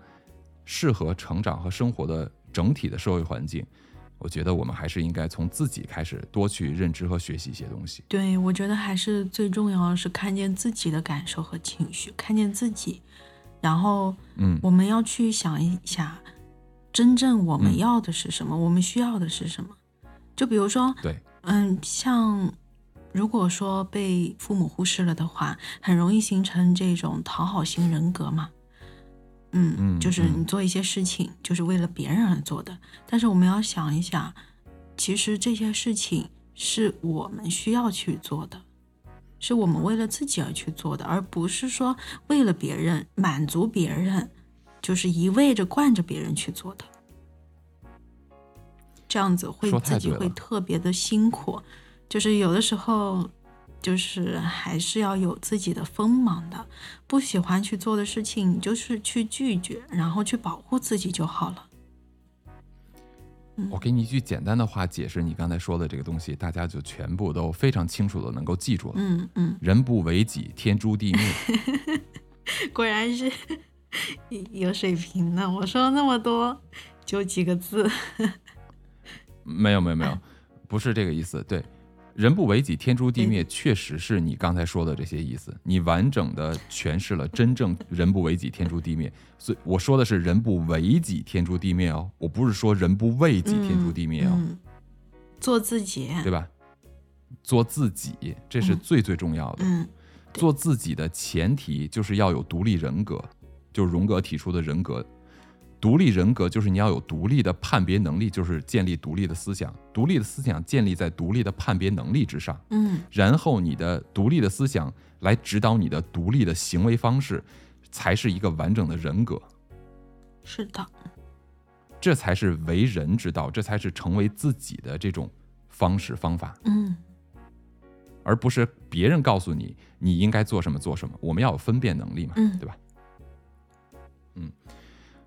Speaker 1: 适合成长和生活的整体的社会环境，我觉得我们还是应该从自己开始多去认知和学习一些东西。
Speaker 2: 对，我觉得还是最重要的是看见自己的感受和情绪，看见自己，然后
Speaker 1: 嗯
Speaker 2: 我们要去想一下，真正我们
Speaker 1: 嗯
Speaker 2: 要的是什么，我们需要的是什么。就比如说，
Speaker 1: 对，
Speaker 2: 嗯，像如果说被父母忽视了的话，很容易形成这种讨好型人格嘛。嗯，
Speaker 1: 嗯
Speaker 2: 就是
Speaker 1: 嗯
Speaker 2: 你做一些事情就是为了别人而做的，但是我们要想一想，其实这些事情是我们需要去做的，是我们为了自己而去做的，而不是说为了别人满足别人，就是一味着惯着别人去做的。这样子会
Speaker 1: 说太
Speaker 2: 自己
Speaker 1: 对
Speaker 2: 会
Speaker 1: 了
Speaker 2: 特别的辛苦，就是有的时候，就是还是要有自己的锋芒的。不喜欢去做的事情，你就是去拒绝，然后去保护自己就好了。
Speaker 1: 我给你一句简单的话解释你刚才说的这个东西，大家就全部都非常清楚的能够记住了。
Speaker 2: 嗯嗯，
Speaker 1: 人不为己，天诛地灭。
Speaker 2: 果然是 有水平的。我说那么多，就几个字。
Speaker 1: 没有没有没
Speaker 2: 哎
Speaker 1: 有，不是这个意思。对，人不为己，天诛地
Speaker 2: 对
Speaker 1: 灭，确实是你刚才说的这些意思。你完整的诠释了真正人不为己，天诛地灭。所以我说的是人不为己，天诛地灭哦，我不是说人不为己，天诛地灭哦，
Speaker 2: 嗯，做自己。
Speaker 1: 对吧？做自己，这是
Speaker 2: 嗯
Speaker 1: 最最重要的。
Speaker 2: 嗯对
Speaker 1: 做自己的前提就是要有独立人格，就是荣格提出的人格。独立人格就是你要有独立的判别能力，就是建立独立的思想。独立的思想建立在独立的判别能力之上，
Speaker 2: 嗯
Speaker 1: 然后你的独立的思想来指导你的独立的行为方式，才是一个完整的人格。
Speaker 2: 是的，
Speaker 1: 这才是为人之道，这才是成为自己的这种方式方法。
Speaker 2: 嗯
Speaker 1: 而不是别人告诉你你应该做什么做什么。我们要有分辨能力嘛，
Speaker 2: 嗯
Speaker 1: 对吧？嗯，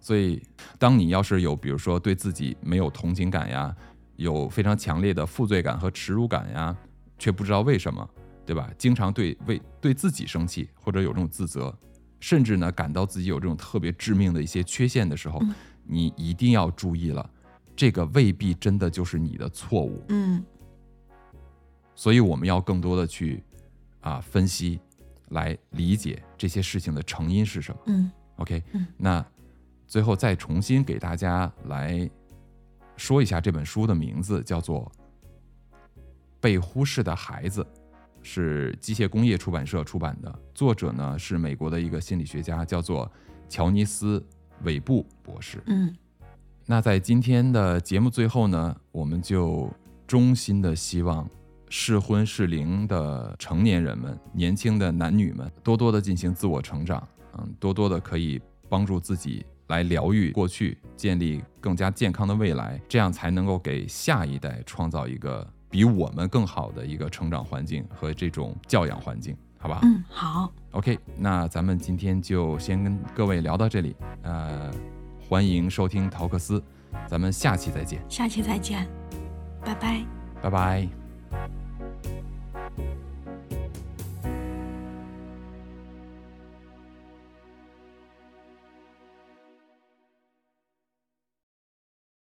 Speaker 1: 所以当你要是有，比如说对自己没有同情感呀，有非常强烈的负罪感和耻辱感呀，却不知道为什么，对吧？经常对为对自己生气，或者有这种自责，甚至呢感到自己有这种特别致命的一些缺陷的时候，你一定要注意了，这个未必真的就是你的错误。
Speaker 2: 嗯
Speaker 1: 所以我们要更多的去啊分析，来理解这些事情的成因是什么。
Speaker 2: 嗯
Speaker 1: OK，
Speaker 2: 嗯
Speaker 1: 那最后再重新给大家来说一下这本书的名字，叫做《被忽视的孩子》，是机械工业出版社出版的，作者呢是美国的一个心理学家，叫做乔尼斯·韦布博士。
Speaker 2: 嗯
Speaker 1: 那在今天的节目最后呢，我们就衷心的希望适婚适龄的成年人们、年轻的男女们，多多的进行自我成长，嗯，多多的可以帮助自己来疗愈过去，建立更加健康的未来，这样才能够给下一代创造一个比我们更好的一个成长环境和这种教养环境，好不好？
Speaker 2: 嗯，好，
Speaker 1: OK，那咱们今天就先跟各位聊到这里。呃，欢迎收听陶克斯，咱们下期再见，
Speaker 2: 下期再见，拜拜。
Speaker 1: 拜拜。